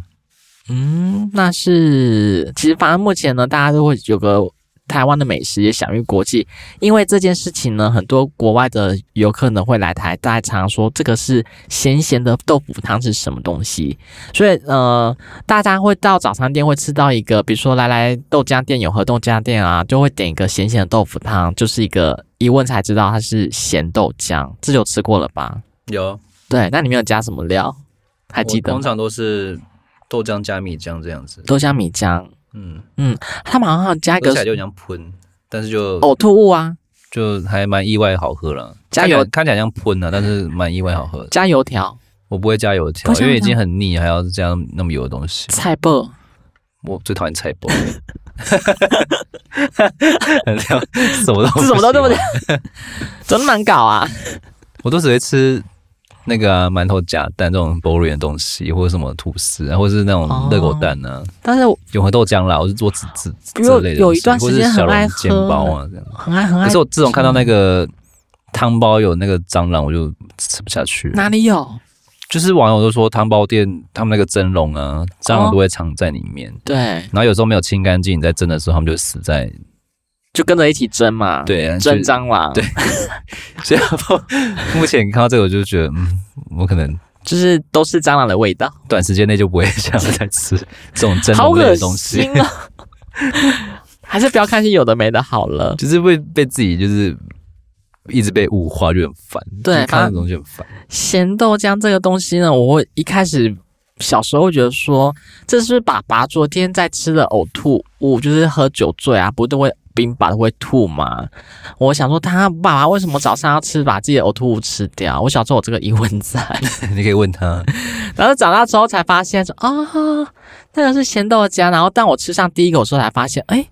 A: 嗯，那是其实反正目前呢，大家都会有个台湾的美食也享誉国际，因为这件事情呢，很多国外的游客呢会来台，大家常说这个是咸咸的豆腐汤是什么东西，所以呃，大家会到早餐店会吃到一个，比如说来来豆浆店、永和豆浆店啊，就会点一个咸咸的豆腐汤，就是一个一问才知道它是咸豆浆，这就吃过了吧？
B: 有，
A: 对，那里面有加什么料？还记
B: 我
A: 得
B: 通
A: 吗？
B: 常都是豆浆加米浆这样子。
A: 豆浆米浆，
B: 嗯，
A: 他们好像加一
B: 喝
A: 个
B: 起来就很像喷，但是就
A: 呕吐物啊，
B: 就还蛮意外好喝了。
A: 加
B: 看起来
A: 油
B: 看起来像喷啊了，但是蛮意外好喝的。
A: 加油条、
B: 我不会加油条
A: 不，是
B: 因为已
A: 吗
B: 经很腻，还要加那么油的 东西。
A: 菜 脯，
B: 我最讨厌菜 包，什么都
A: 这什么都这
B: 不
A: 么
B: 喜欢，
A: 真难搞啊！
B: 我都只会吃那个啊馒、头夹蛋这种 boring 的东西，或者什么吐司啊，或者是那
A: 哦
B: 种热狗蛋啊、
A: 但是我
B: 永和豆浆啦，我是做只只
A: 因为
B: 这类的
A: 有
B: 东西，
A: 一段时间
B: 或者是小
A: 很爱
B: 笼
A: 喝
B: 煎包啊这样。
A: 很爱很爱
B: 可是，我自从看到那个汤包有那个蟑螂，我就吃不下去。
A: 哪里有？
B: 就是网友都说汤包店他们那个蒸笼啊，蟑螂都会藏在里面，
A: 对，
B: 然后有时候没有清干净，你在蒸的时候他们就死在
A: 就跟着一起蒸嘛，，
B: 对 啊
A: 嗯蒸
B: 就
A: 蟑螂，
B: 对 所以目前看到这个，我就觉得，嗯，我可能
A: 就是都是蟑螂的味道，
B: 短时间内就不会想要再吃这种蒸
A: 好
B: 笼类
A: 恶
B: 的东西
A: 心，啊！ 还是不要看些有的没的好了。
B: 就是会被自己就是一直被物化，就很烦。
A: 对
B: 就是看到
A: 反
B: 这种就很烦。
A: 咸豆浆这个东西呢，我会一开始小时候会觉得说，这是爸爸昨天在吃的呕吐物，就是喝酒醉啊，不是都会冰把都会吐吗？我想说他爸爸为什么早上要吃把自己的呕吐物吃掉？我小时候有这个疑问在，
B: 你可以问他，
A: 然后长大之后才发现说啊、那个是咸豆浆。然后当我吃上第一口之后才发现，哎、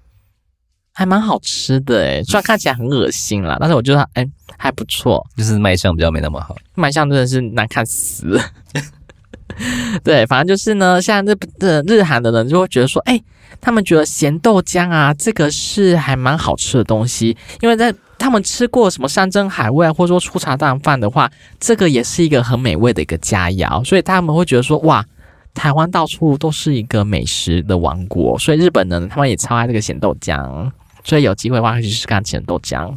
A: 还蛮好吃的哎，虽然看起来很恶心啦，但是我觉得哎、还不错。
B: 就是卖相比较没那么好。
A: 卖相真的是难看死了。 对，反正就是呢，像日日日韩的人就会觉得说，哎、他们觉得咸豆浆啊，这个是还蛮好吃的东西，因为在他们吃过什么山珍海味啊，或者说粗茶淡饭的话，这个也是一个很美味的一个佳肴，所以他们会觉得说，哇，台湾到处都是一个美食的王国，所以日本人他们也超爱这个咸豆浆，所以有机会的话可以去试试看咸豆浆，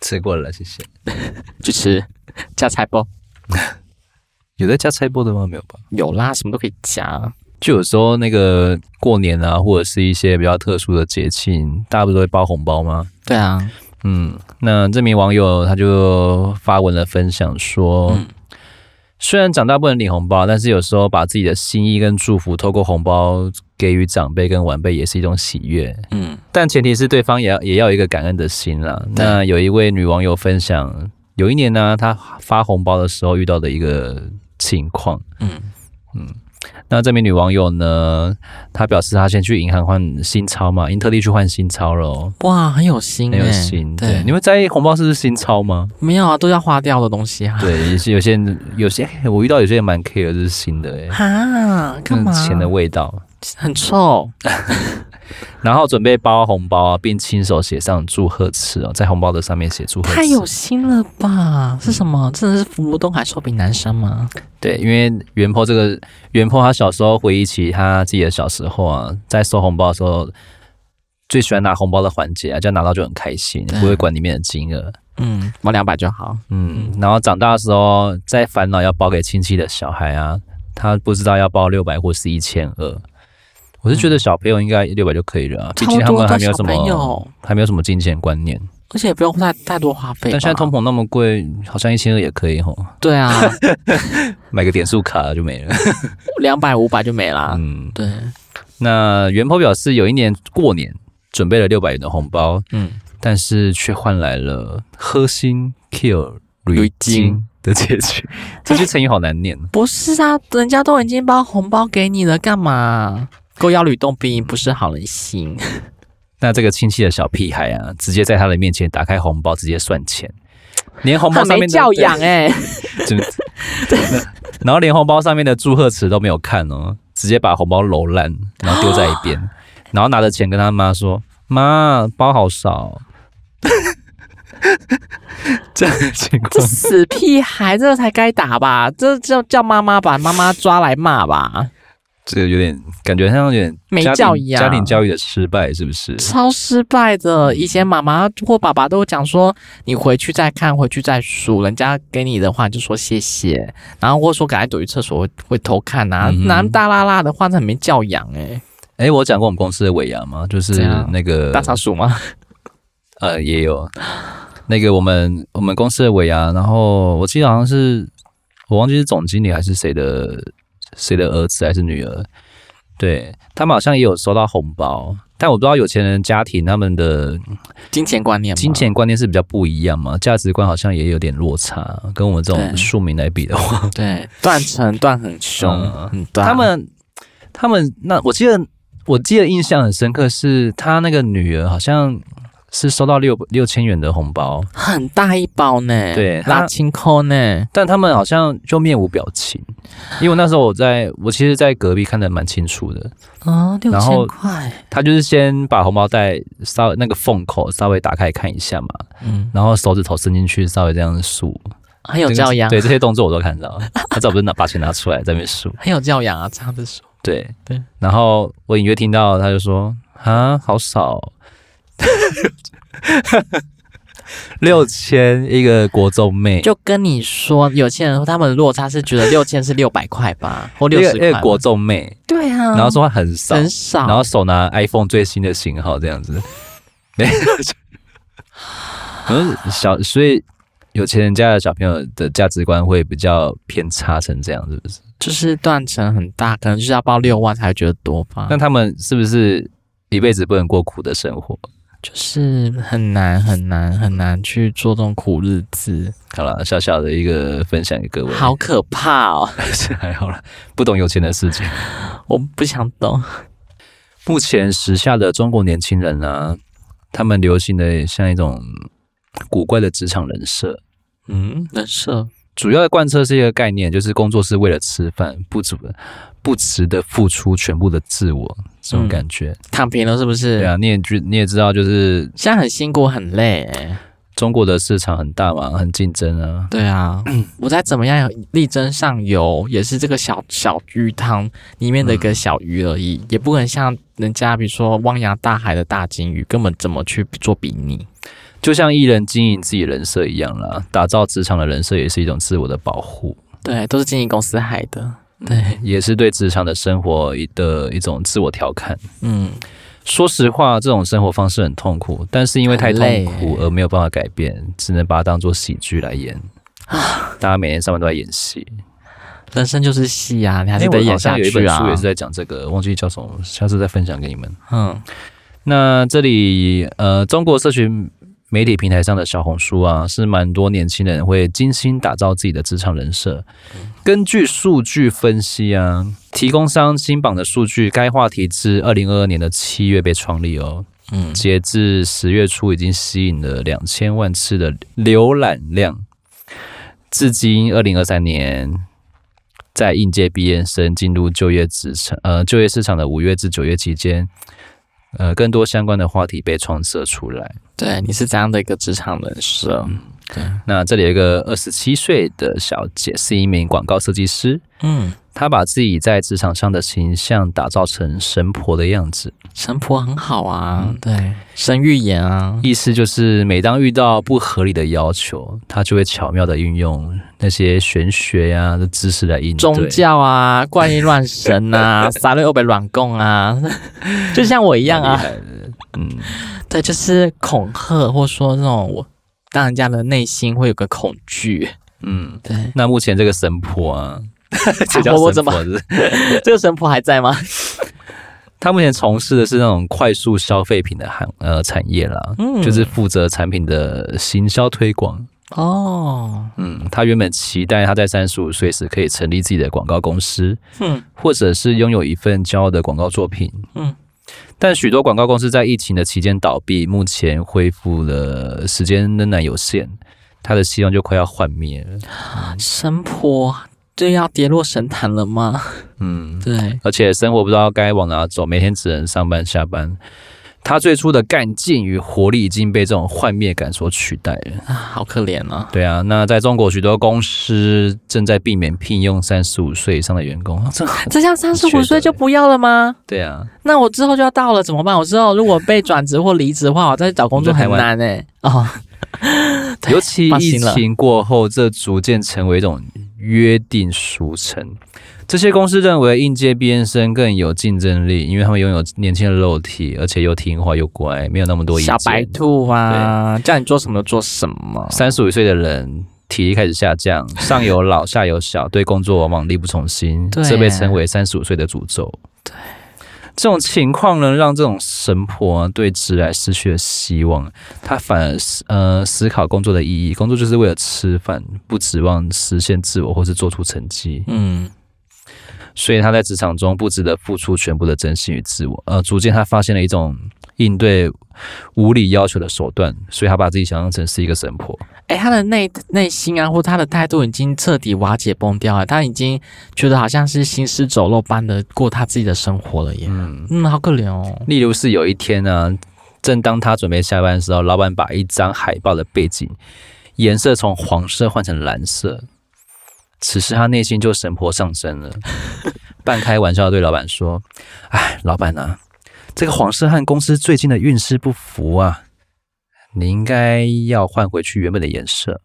B: 吃过了，谢谢。
A: 去吃加菜包
B: 有在加菜包的吗？没有吧？
A: 有啦，什么都可以加。
B: 就有时候那个过年啊，或者是一些比较特殊的节庆，大家不是都会包红包吗？
A: 对啊，
B: 嗯，那这名网友他就发文了分享说，
A: 嗯
B: 虽然长大不能领红包，但是有时候把自己的心意跟祝福透过红包给予长辈跟晚辈，也是一种喜悦。
A: 嗯，
B: 但前提是对方也要也要有一个感恩的心啦。
A: 对
B: 那有一位女网友分享，有一年呢、她发红包的时候遇到的一个情况。嗯
A: 嗯
B: 嗯，那这名女网友呢，她表示她先去银行换新钞嘛，因特地去换新钞了哦。
A: 哇，很有心、欸，
B: 很有心。嗯对，
A: 对，
B: 你们在意红包是不是新钞吗？
A: 没有啊，都要花掉的东西啊。
B: 对，有些有些人有些嘿我遇到有些人蛮 care 就是新的、欸，
A: 哈，干嘛？
B: 那钱的味道。
A: 很臭，
B: 然后准备包红包啊，并亲手写上祝贺词哦，在红包的上面写祝贺词。
A: 太有心了吧？是什么？真的是福如东海，寿比南山吗？
B: 对，因为袁坡这个袁坡，他小时候回忆起他自己的小时候啊，在收红包的时候，最喜欢拿红包的环节啊，这样拿到就很开心，
A: 对
B: 不会管里面的金额。
A: 嗯，我两百就好。
B: 嗯，然后长大的时候再烦恼要包给亲戚的小孩啊，他不知道要包六百或是一千二。我是觉得小朋友应该六百就可以了、啊，毕
A: 差
B: 竟
A: 不
B: 他
A: 嗯多
B: 们还
A: 的
B: 没有
A: 小
B: 什
A: 朋
B: 么
A: 友，
B: 还没有什么金钱观念。
A: 而且也不用太太多花费吧。
B: 但现在通膨那么贵，好像一千二也可以吼，
A: 对啊，
B: 买个点数卡就没了。
A: 两百五百就没啦。
B: 嗯，
A: 对，
B: 那袁婆表示，有一年过年准备了六百元的红包，
A: 嗯，
B: 但是却换来了喝心 kill
A: 驴
B: 驴
A: 精
B: 精的结局。这句成语好难念。
A: 不是啊，人家都已经包红包给你了，干嘛？勾腰吕洞宾不是好人 心。
B: 那这个亲戚的小屁孩啊，直接在他的面前打开红包，直接算钱，连红包
A: 很
B: 上
A: 没
B: 面的
A: 教养，哎、
B: 对就 然后连红包上面的祝贺词都没有看哦，直接把红包揉烂，然后丢在一
A: 哦
B: 边，然后拿着钱跟他妈说：“妈，包好少。” 这样的情
A: 这
B: 况，
A: 死屁孩，这才该打吧？ 这叫叫妈妈把妈妈抓来骂吧，
B: 这有点感觉像有点
A: 没
B: 家庭
A: 教养
B: 家庭教育的失败，是不是？
A: 超失败的。以前妈妈或爸爸都讲说，你回去再看，回去再数，人家给你的话就说谢谢，然后或者说赶快躲去厕所会会偷看啊
B: 嗯，哼
A: 男、大拉拉的话，那很没教养哎、
B: 哎，我讲过我们公司的尾牙吗？就是
A: 怎样
B: 那个
A: 大扫鼠吗？
B: 呃，也有那个我们我们公司的尾牙，然后我记得好像是我忘记是总经理还是谁的谁的儿子还是女儿，对他们好像也有收到红包，但我不知道有钱人家庭他们的
A: 金钱观念吗，
B: 金钱观念是比较不一样嘛，价值观好像也有点落差，跟我们这
A: 对
B: 种庶民来比的话，
A: 对断层断很凶
B: 嗯，
A: 嗯，对啊
B: 他们他们那我记得我记得印象很深刻是他那个女儿好像是收到六六千元的红包，
A: 很大一包呢，
B: 对他
A: 拉青扣呢，
B: 但他们好像就面无表情，因为那时候我在我其实，在隔壁看得蛮清楚的，
A: 哦，六
B: 然
A: 千
B: 后
A: 块，
B: 他就是先把红包袋稍那个缝口稍微打开看一下嘛，
A: 嗯，
B: 然后手指头伸进去稍微这样数，
A: 很有
B: 这个
A: 教养，
B: 对这些动作我都看到，他只不是拿把钱拿出来在那边数，
A: 很有教养啊，这样子说，
B: 对
A: 对，
B: 然后我隐约听到他就说啊，好少哦。 六千一个国中妹，
A: 就跟你说，有些人他们的落差是觉得六千是六百块吧，或
B: 一
A: 六
B: 个
A: 十
B: 一
A: 块
B: 个
A: 吧，
B: 国中妹，
A: 对啊，
B: 然后说她很少，
A: 很少，
B: 然后手拿 iPhone 最新的型号这样子。嗯，小所以有钱人家的小朋友的价值观会比较偏差成这样，是不是？
A: 就是断层很大，可能就是要报六万才会觉得多吧
B: 那，他们是不是一辈子不能过苦的生活？
A: 就是很难很难很难去做这种苦日子，
B: 好了，小小的一个分享给各位，
A: 好，可怕 哦，
B: 是还好了，不懂有钱的世界。
A: 我不想懂，
B: 目前时下的中国年轻人啊，他们流行的像一种古怪的职场人设，
A: 嗯，人设
B: 主要的贯彻是一个概念，就是工作是为了吃饭，不值不值得付出全部的自我这种感觉。
A: 躺平了是不是？
B: 对啊，你也知你也知道，就是
A: 现在很辛苦很累、欸，
B: 中国的市场很大嘛，很竞争啊。
A: 对啊， 我再怎么样力争上游，也是这个小小鱼汤里面的一个小鱼而已，也不可能像人家比如说汪洋大海的大金鱼，根本怎么去做比拟？
B: 就像艺人经营自己人设一样啦，打造职场的人设也是一种自我的保护，
A: 对，都是经纪公司害的。对，
B: 也是对职场的生活一的一种自我调侃。
A: 嗯，
B: 说实话，这种生活方式很痛苦，但是因为太痛
A: 很累
B: 苦而没有办法改变，只能把它当做喜剧来演。
A: 啊
B: 大家每天上班都在演戏，
A: 人生就是戏啊，你还
B: 哎，
A: 是
B: 我
A: 得演
B: 好像
A: 下
B: 有一本
A: 去啊。
B: 书也是在讲这个，忘记叫什么，下次再分享给你们。
A: 嗯，
B: 那这里呃，中国社群媒体平台上的小红书啊，是蛮多年轻人会精心打造自己的职场人设。根据数据分析啊，提供商新榜的数据，该话题自二零二二年的七月被创立哦，
A: 嗯，
B: 截至十月初已经吸引了两千万次的浏览量。至今二零二三年，在应届毕业生进入就业职场呃就业市场的五月至九月期间，呃，更多相关的话题被创设出来。
A: 对，你是怎样的一个职场人设？
B: 那这里有一个二十七岁的小姐，是一名广告设计师，
A: 嗯，
B: 她把自己在职场上的形象打造成神婆的样子。
A: 神婆很好啊，对，神预言啊，
B: 意思就是，每当遇到不合理的要求，他就会巧妙的运用那些玄学呀、的知识来应对。
A: 宗教啊，怪力乱神啊，撒瑞欧北软供啊， 就像我一样
B: 蛮
A: 啊
B: 厉，害的，嗯，
A: 对，就是恐吓，或说那种我让人家的内心会有个恐惧。
B: 嗯，
A: 对，
B: 那目前这个神婆啊， 这叫
A: 啊我
B: 神
A: 怎么
B: 婆 是不是？
A: 这个神婆还在吗？
B: 他目前从事的是那种快速消费品的行呃产业啦，
A: 嗯
B: 就是负责产品的行销推广。
A: 哦，
B: 嗯，他原本期待他在三十五岁时可以成立自己的广告公司，
A: 嗯，
B: 或者是拥有一份骄傲的广告作品，
A: 嗯。
B: 但许多广告公司在疫情的期间倒闭，目前恢复了时间仍然有限，他的希望就快要幻灭了。
A: 神婆就要跌落神坛了吗？
B: 嗯，
A: 对，
B: 而且生活不知道该往哪走，每天只能上班下班。他最初的干劲与活力已经被这种幻灭感所取代了。
A: 啊，好可怜啊。
B: 对啊，那在中国许多公司正在避免聘用三十五岁以上的员工。 啊这
A: 这下三十
B: 觉
A: 五
B: 得
A: 岁就不要了吗？
B: 对啊，
A: 那我之后就要到了，怎么办？我之后如果被转职或离职的话，我再去找工作
B: 你在
A: 很
B: 台湾
A: 难哎、哦，对
B: 尤其
A: 放
B: 疫
A: 心了
B: 情过后，这逐渐成为一种约定俗成。这些公司认为应届毕业生更有竞争力，因为他们拥有年轻的肉体，而且又听话又乖，没有那么多意见
A: 小。白兔啊，叫你做什么就做什么。
B: 三十五岁的人体力开始下 降，上有老下有小，对工作往往力不从心，
A: 对
B: 这被称为三十五岁的诅咒。对，这种情况呢，让这种神婆、啊、对职来失去了希望，她反而思呃思考工作的意义，工作就是为了吃饭，不指望实现自我或是做出成绩。
A: 嗯，
B: 所以他在职场中不值得付出全部的真心与自我。呃，逐渐他发现了一种应对无理要求的手段，所以他把自己想象成是一个神婆。
A: 哎、他的内内心啊，或他的态度已经彻底瓦解崩掉了，他已经觉得好像是行尸走肉般的过他自己的生活了耶。
B: 嗯，
A: 嗯，好可怜哦。
B: 例如是有一天呢、正当他准备下班的时候，老板把一张海报的背景颜色从黄色换成蓝色，此时他内心就神婆上身了， 半开玩笑地对老板说：“哎，老板啊，这个黄色和公司最近的运势不符啊，你应该要换回去原本的颜色。”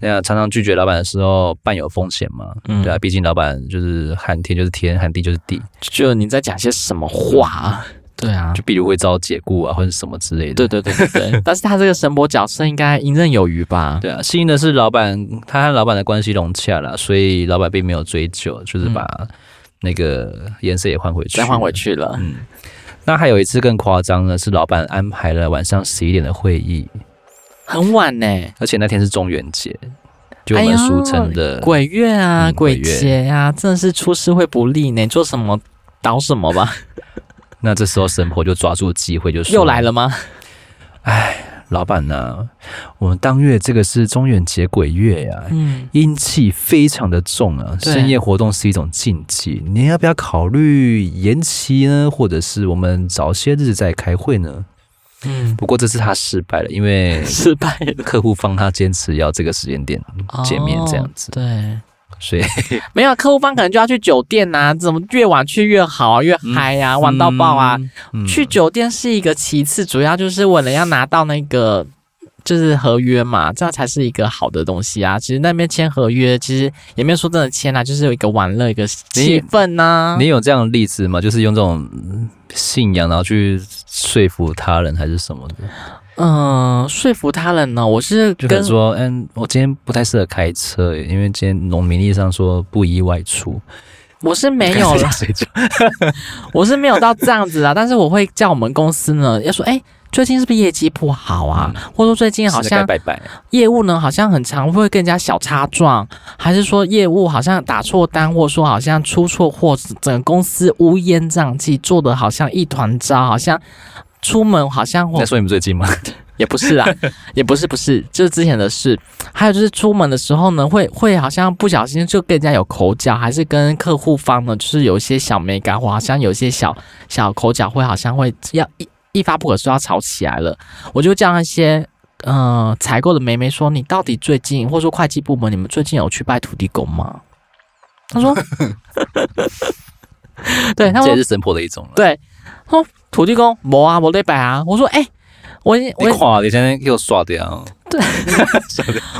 B: 那常常拒绝老板的时候，伴有风险嘛？
A: 嗯
B: 对啊，毕竟老板就是喊天就是天，喊地就是地。
A: 就你在讲些什么话啊？对啊，
B: 就比如会遭解雇啊，或者什么之类的。
A: 对对对对 对。但是他这个神魔角色应该游刃有余吧？
B: 对啊，幸运的是老板他和老板的关系融洽了，所以老板并没有追究，就是把那个颜色也换回
A: 嗯
B: 去，
A: 再换回。去了。
B: 嗯，那还有一次更夸张呢，是老板安排了晚上十一点的会议，
A: 很晚呢、
B: 而且那天是中元节，就我们
A: 哎呦
B: 俗称的。
A: 鬼月啊，
B: 嗯鬼
A: 鬼
B: 月
A: 节啊，真的是出师会不利呢，做什么倒什么吧。
B: 那这时候神婆就抓住机会，就说
A: 又来了吗？
B: 老板呢、我们当月这个是中元节鬼月 呀、
A: 嗯，
B: 阴气非常的重啊，
A: 对
B: 深夜活动是一种禁忌。你要不要考虑延期呢？或者是我们早些日再开会呢？
A: 嗯，
B: 不过这次他失败了，因 为
A: 失败了。
B: 客户方他坚持要这个时间点见面这样子，
A: 哦对，
B: 所以
A: 没有啊客户方可能就要去酒店呐、怎么越晚去越好啊，越嗨呀、啊，玩到爆啊！！
B: 嗯
A: 去酒店是一个其次，主要就是为了要拿到那个就是合约嘛，这样才是一个好的东西啊。其实那边签合约，其实也没有说真的签啦、啊就是有一个玩乐一个气氛啊呐、
B: 你有这样的例子吗？就是用这种嗯信仰，然后去说服他人还是什么的？
A: 嗯、说服他人呢，我是
B: 就可能
A: 跟
B: 说，嗯，我今天不太适合开车，因为今天农民历上说不宜外出。
A: 我是没 有啦，
B: 谁知道
A: 我是没有到这样子啊啦，但是我会叫我们公司呢，要说哎。最近是不是业绩不好啊？或者说最近好
B: 是该
A: 像
B: 拜拜。
A: 业务呢，好像很常会跟人家小擦撞，还是说业务好像打错单，或者说好像出错货，整个公司乌烟瘴气，做的好像一团糟，好像出门好像
B: 在说你们最近吗？
A: 也不是啦，啊也不是不是，就是之前的事。还有就是出门的时候呢，会会好像不小心就跟人家有口角，还是跟客户方呢，就是有一些小美感，或好像有一些小小口角，会好像会要一一发不可收要吵起来了。我就叫那些呃采购的梅梅说，你到底最近，或者说会计部门，你们最近有去拜土地公吗？他说，对，他
B: 这
A: 说
B: 也是神婆的一种了。啊
A: 对，他说土地公没啊，没得拜啊。我说，哎、我已经我
B: 你
A: 已
B: 垮，你现在给我刷掉。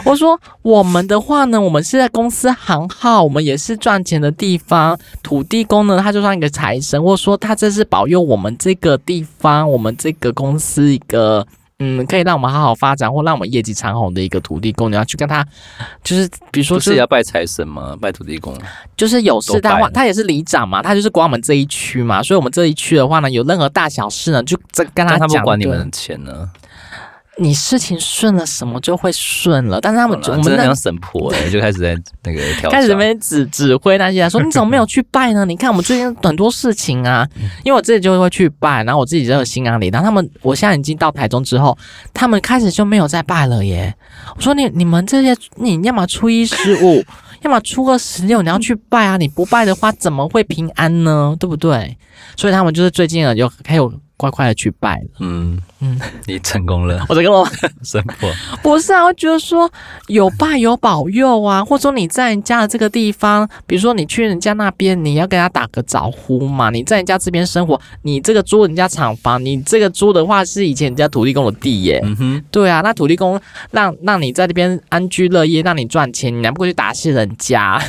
A: 我说我们的话呢，我们是在公司行号，我们也是赚钱的地方。土地公呢，他就像一个财神，或者说他这是保佑我们这个地方，我们这个公司一个。嗯，可以让我们好好发展，或让我们业绩长虹的一个土地公，你要去跟他，就是比如说
B: 不
A: 就是
B: 要拜财神吗？拜土地公。
A: 就是有事
B: 都
A: 他
B: 拜
A: 话，
B: 了
A: 他也是里长嘛，他就是管我们这一区嘛，所以我们这一区的话呢，有任何大小事呢，就这跟他
B: 但他
A: 讲。
B: 不管你们的钱呢？
A: 对，你事情顺了，什么就会顺了。但是他
B: 好
A: 们
B: 啦
A: 我们
B: 啊真的
A: 那
B: 像神婆哎，就开始在那个调
A: 开始在
B: 查
A: 那。边指指挥那些人说：“你怎么没有去拜呢？你看我们最近很多事情啊。”因为我自己就会去拜，然后我自己就有心安理。然后他们，我现在已经到台中之后，他们开始就没有再拜了耶。我说你你们这些，你要么初一十五， 要么初二十六，你要去拜啊！你不拜的话，怎么会平安呢？对不对？所以他们就是最近啊，有还有乖乖的去拜了。
B: 嗯
A: 嗯
B: 嗯，你成功了，
A: 我在跟我
B: 神婆。
A: 不是啊，我觉得说有爸有保佑啊，或者说你在人家的这个地方，比如说你去人家那边，你要跟他打个招呼嘛。你在人家这边生活，你这个租人家厂房，你这个租的话是以前人家土地公的地耶。
B: 嗯哼，
A: 对啊，那土地公让让你在这边安居乐业，让你赚钱，你难不过去打谢人家。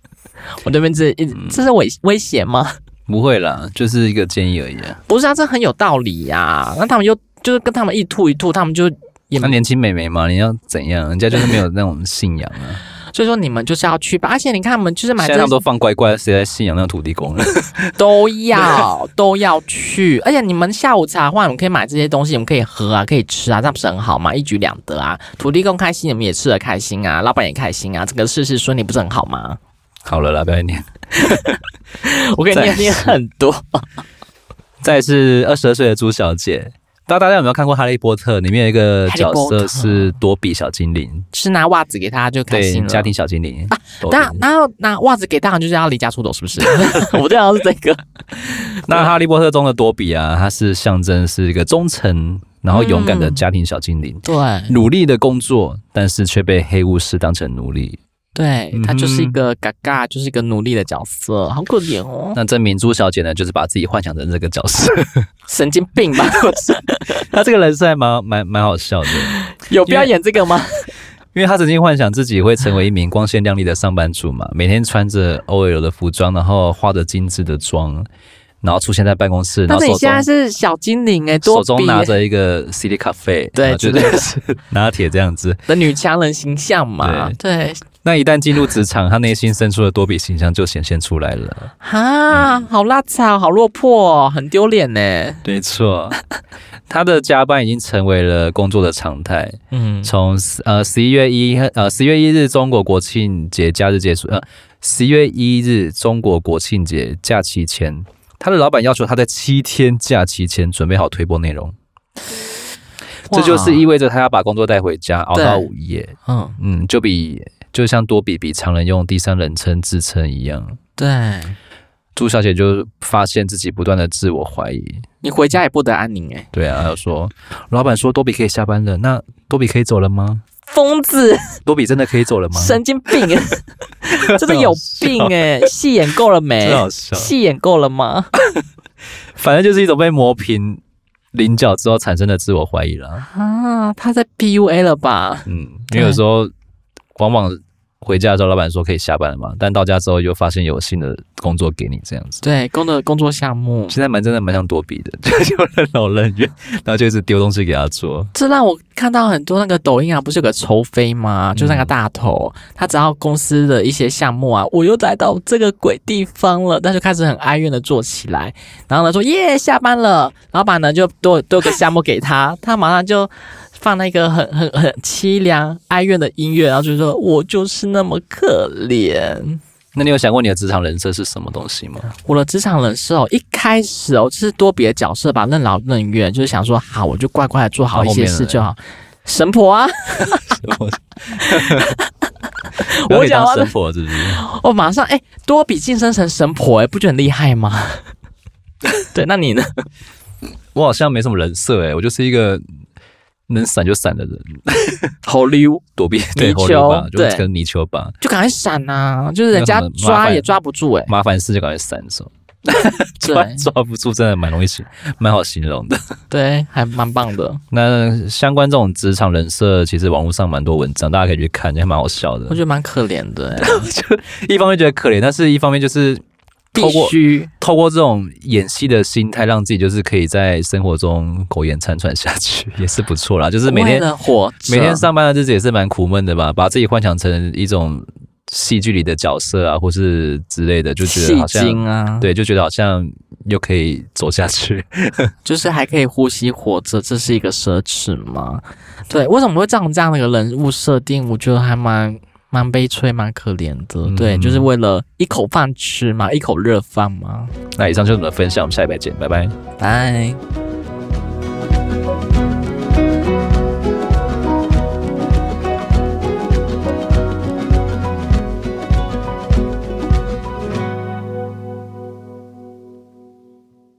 A: 我这边这这是威威胁吗？
B: 不会啦，就是一个建议而已啊。
A: 不是啊，这很有道理呀、那他们又就是跟他们一吐一吐，他们就也
B: 那年轻美眉嘛，你要怎样？人家就是没有那种信仰啊。
A: 所以说你们就是要去吧，而且你看我们就是买
B: 现
A: 这
B: 在他们都放乖乖，谁在信仰那个土地公呢？
A: 都要 都要去，而且你们下午茶的话，你们可以买这些东西，你们可以喝啊，可以吃啊，这样不是很好吗？一举两得啊，土地公开心，你们也吃的开心啊，老板也开心啊，整个事事顺利，不是很好吗？
B: 好了啦，不要念。
A: 我跟你念念很多，
B: 再是二十二岁的朱小姐，不知道大家有没有看过《哈利波特》？里面有一个角色是多比小精灵，
A: 是拿袜子给他就开
B: 对
A: 心，了。啊
B: 家庭小精灵。多比
A: 那然后拿袜子给大人就是要离家出走，是 不是？我这样是这个，
B: 那《哈利波特》中的多比啊，他是象征是一个忠诚然后勇
A: 嗯
B: 敢的家庭小精灵，
A: 对
B: 努力的工作，但是却被黑巫师当成奴隶。
A: 对，他就是一个嘎嘎，就是一个努力的角色，好可怜哦，
B: 那这明珠小姐呢，就是把自己幻想成这个角色，
A: 神经病吧？
B: 她这个人设还蛮蛮蛮好笑的，
A: 有必要演这个 吗？
B: 因为她曾经幻想自己会成为一名光鲜亮丽的上班族嘛，每天穿着 OL 的服装，然后化着精致的妆，然后出现在办公室，然
A: 但
B: 后
A: 是你
B: 手
A: 现在
B: 中
A: 是小精灵哎，多
B: 手中
A: 比
B: 拿着一个 CD 咖啡，
A: 对
B: 然后就
A: 之类
B: 是拿铁这样子，
A: 的女强人形象嘛，对，
B: 那一旦进入职场，他内心深处的多比形象就显现出来了。
A: 哈，啊好邋遢，好落魄哦，很丢脸呢。
B: 没错， 他的加班已经成为了工作的常态。
A: 嗯，
B: 从呃十一月一呃十月一日中国国庆节假日结束，呃十月一日中国国庆节假期前，他的老板要求他在七天假期前准备好推播内容。这就是意味着他要把工作带回家，熬到午夜。
A: 嗯，
B: 嗯，就比就像多比比常人用第三人称自称一样。
A: 对
B: 朱小姐就发现自己不断的自我怀疑。
A: 你回家也不得安宁哎，
B: 对啊，还有说，老板说多比可以下班了，那多比可以走了吗？
A: 疯子，
B: 多比真的可以走了吗？
A: 神经 病，真的有病哎，戏演够了没
B: 真？好笑，
A: 戏演够了吗？
B: 反正就是一种被磨平棱角之后产生的自我怀疑啦。
A: 啊，他在 PUA 了吧？
B: 嗯，因为有时候往往回家的时候，老板说可以下班了嘛，但到家之后又发现有新的工作给你这样子。
A: 对，工作工作项目，
B: 现在蛮真的蛮像多比的， 就是有任劳任怨，然后就一直丢东西给他做。
A: 这让我看到很多那个抖音啊，不是有个抽飞吗？就是那个大头，他只要公司的一些项目啊，我又来到这个鬼地方了，他就开始很哀怨的做起来。然后呢，说耶下班了，老板呢就多多个项目给他， 他马上就放那个很很很凄凉哀怨的音乐，然后就说我就是那么可怜。
B: 那你有想过你的职场人设是什么东西吗？
A: 我的职场人设哦，一开始哦，就是多比的角色吧，任劳任怨，就是想说好，我就乖乖的做好一些事就好。神婆啊，
B: 我
A: 我讲
B: 当
A: 完了
B: 神婆是不是？
A: 哦，马上哎、多比晋升成神婆哎、不觉得很厉害吗？ 对，那你呢？
B: 我好像没什么人设哎、我就是一个能闪就闪的人，
A: 好溜，
B: 躲避
A: 泥
B: 对
A: 鳅
B: 猴流吧，就
A: 对
B: 跟泥鳅吧，
A: 就赶快闪呐、就是人家
B: 那什么麻
A: 抓
B: 烦
A: 也抓不住 哎、
B: 麻烦事就赶快闪走， 抓
A: 对
B: 抓不住真的蛮容易形，蛮好形容的。
A: 对，还蛮棒的。
B: 那相关这种职场人设，其实网络上蛮多文章，大家可以去看，也蛮好笑
A: 我
B: 的
A: 觉。得蛮可怜的、哎
B: 一方面觉得可怜，但是一方面就是
A: 必
B: 透过
A: 须
B: 透过这种演戏的心态，让自己就是可以在生活中口眼参喘下去， 也是不错啦。就是每天
A: 的活着，
B: 每天上班的日子也是蛮苦闷的吧？把自己幻想成一种戏剧里的角色啊，或是之类的，就觉得
A: 戏
B: 好像
A: 精啊，
B: 对，就觉得好像又可以走下去。
A: 就是还可以呼吸活着，这是一个奢侈吗？对，为什么会这样这样的一个人物设定？我觉得还蛮蛮悲催，蛮可怜的。对，
B: 嗯
A: 就是为了一口饭吃嘛，一口热饭嘛。
B: 那以上就是我们的分享，我们下礼拜见，拜拜。
A: 拜。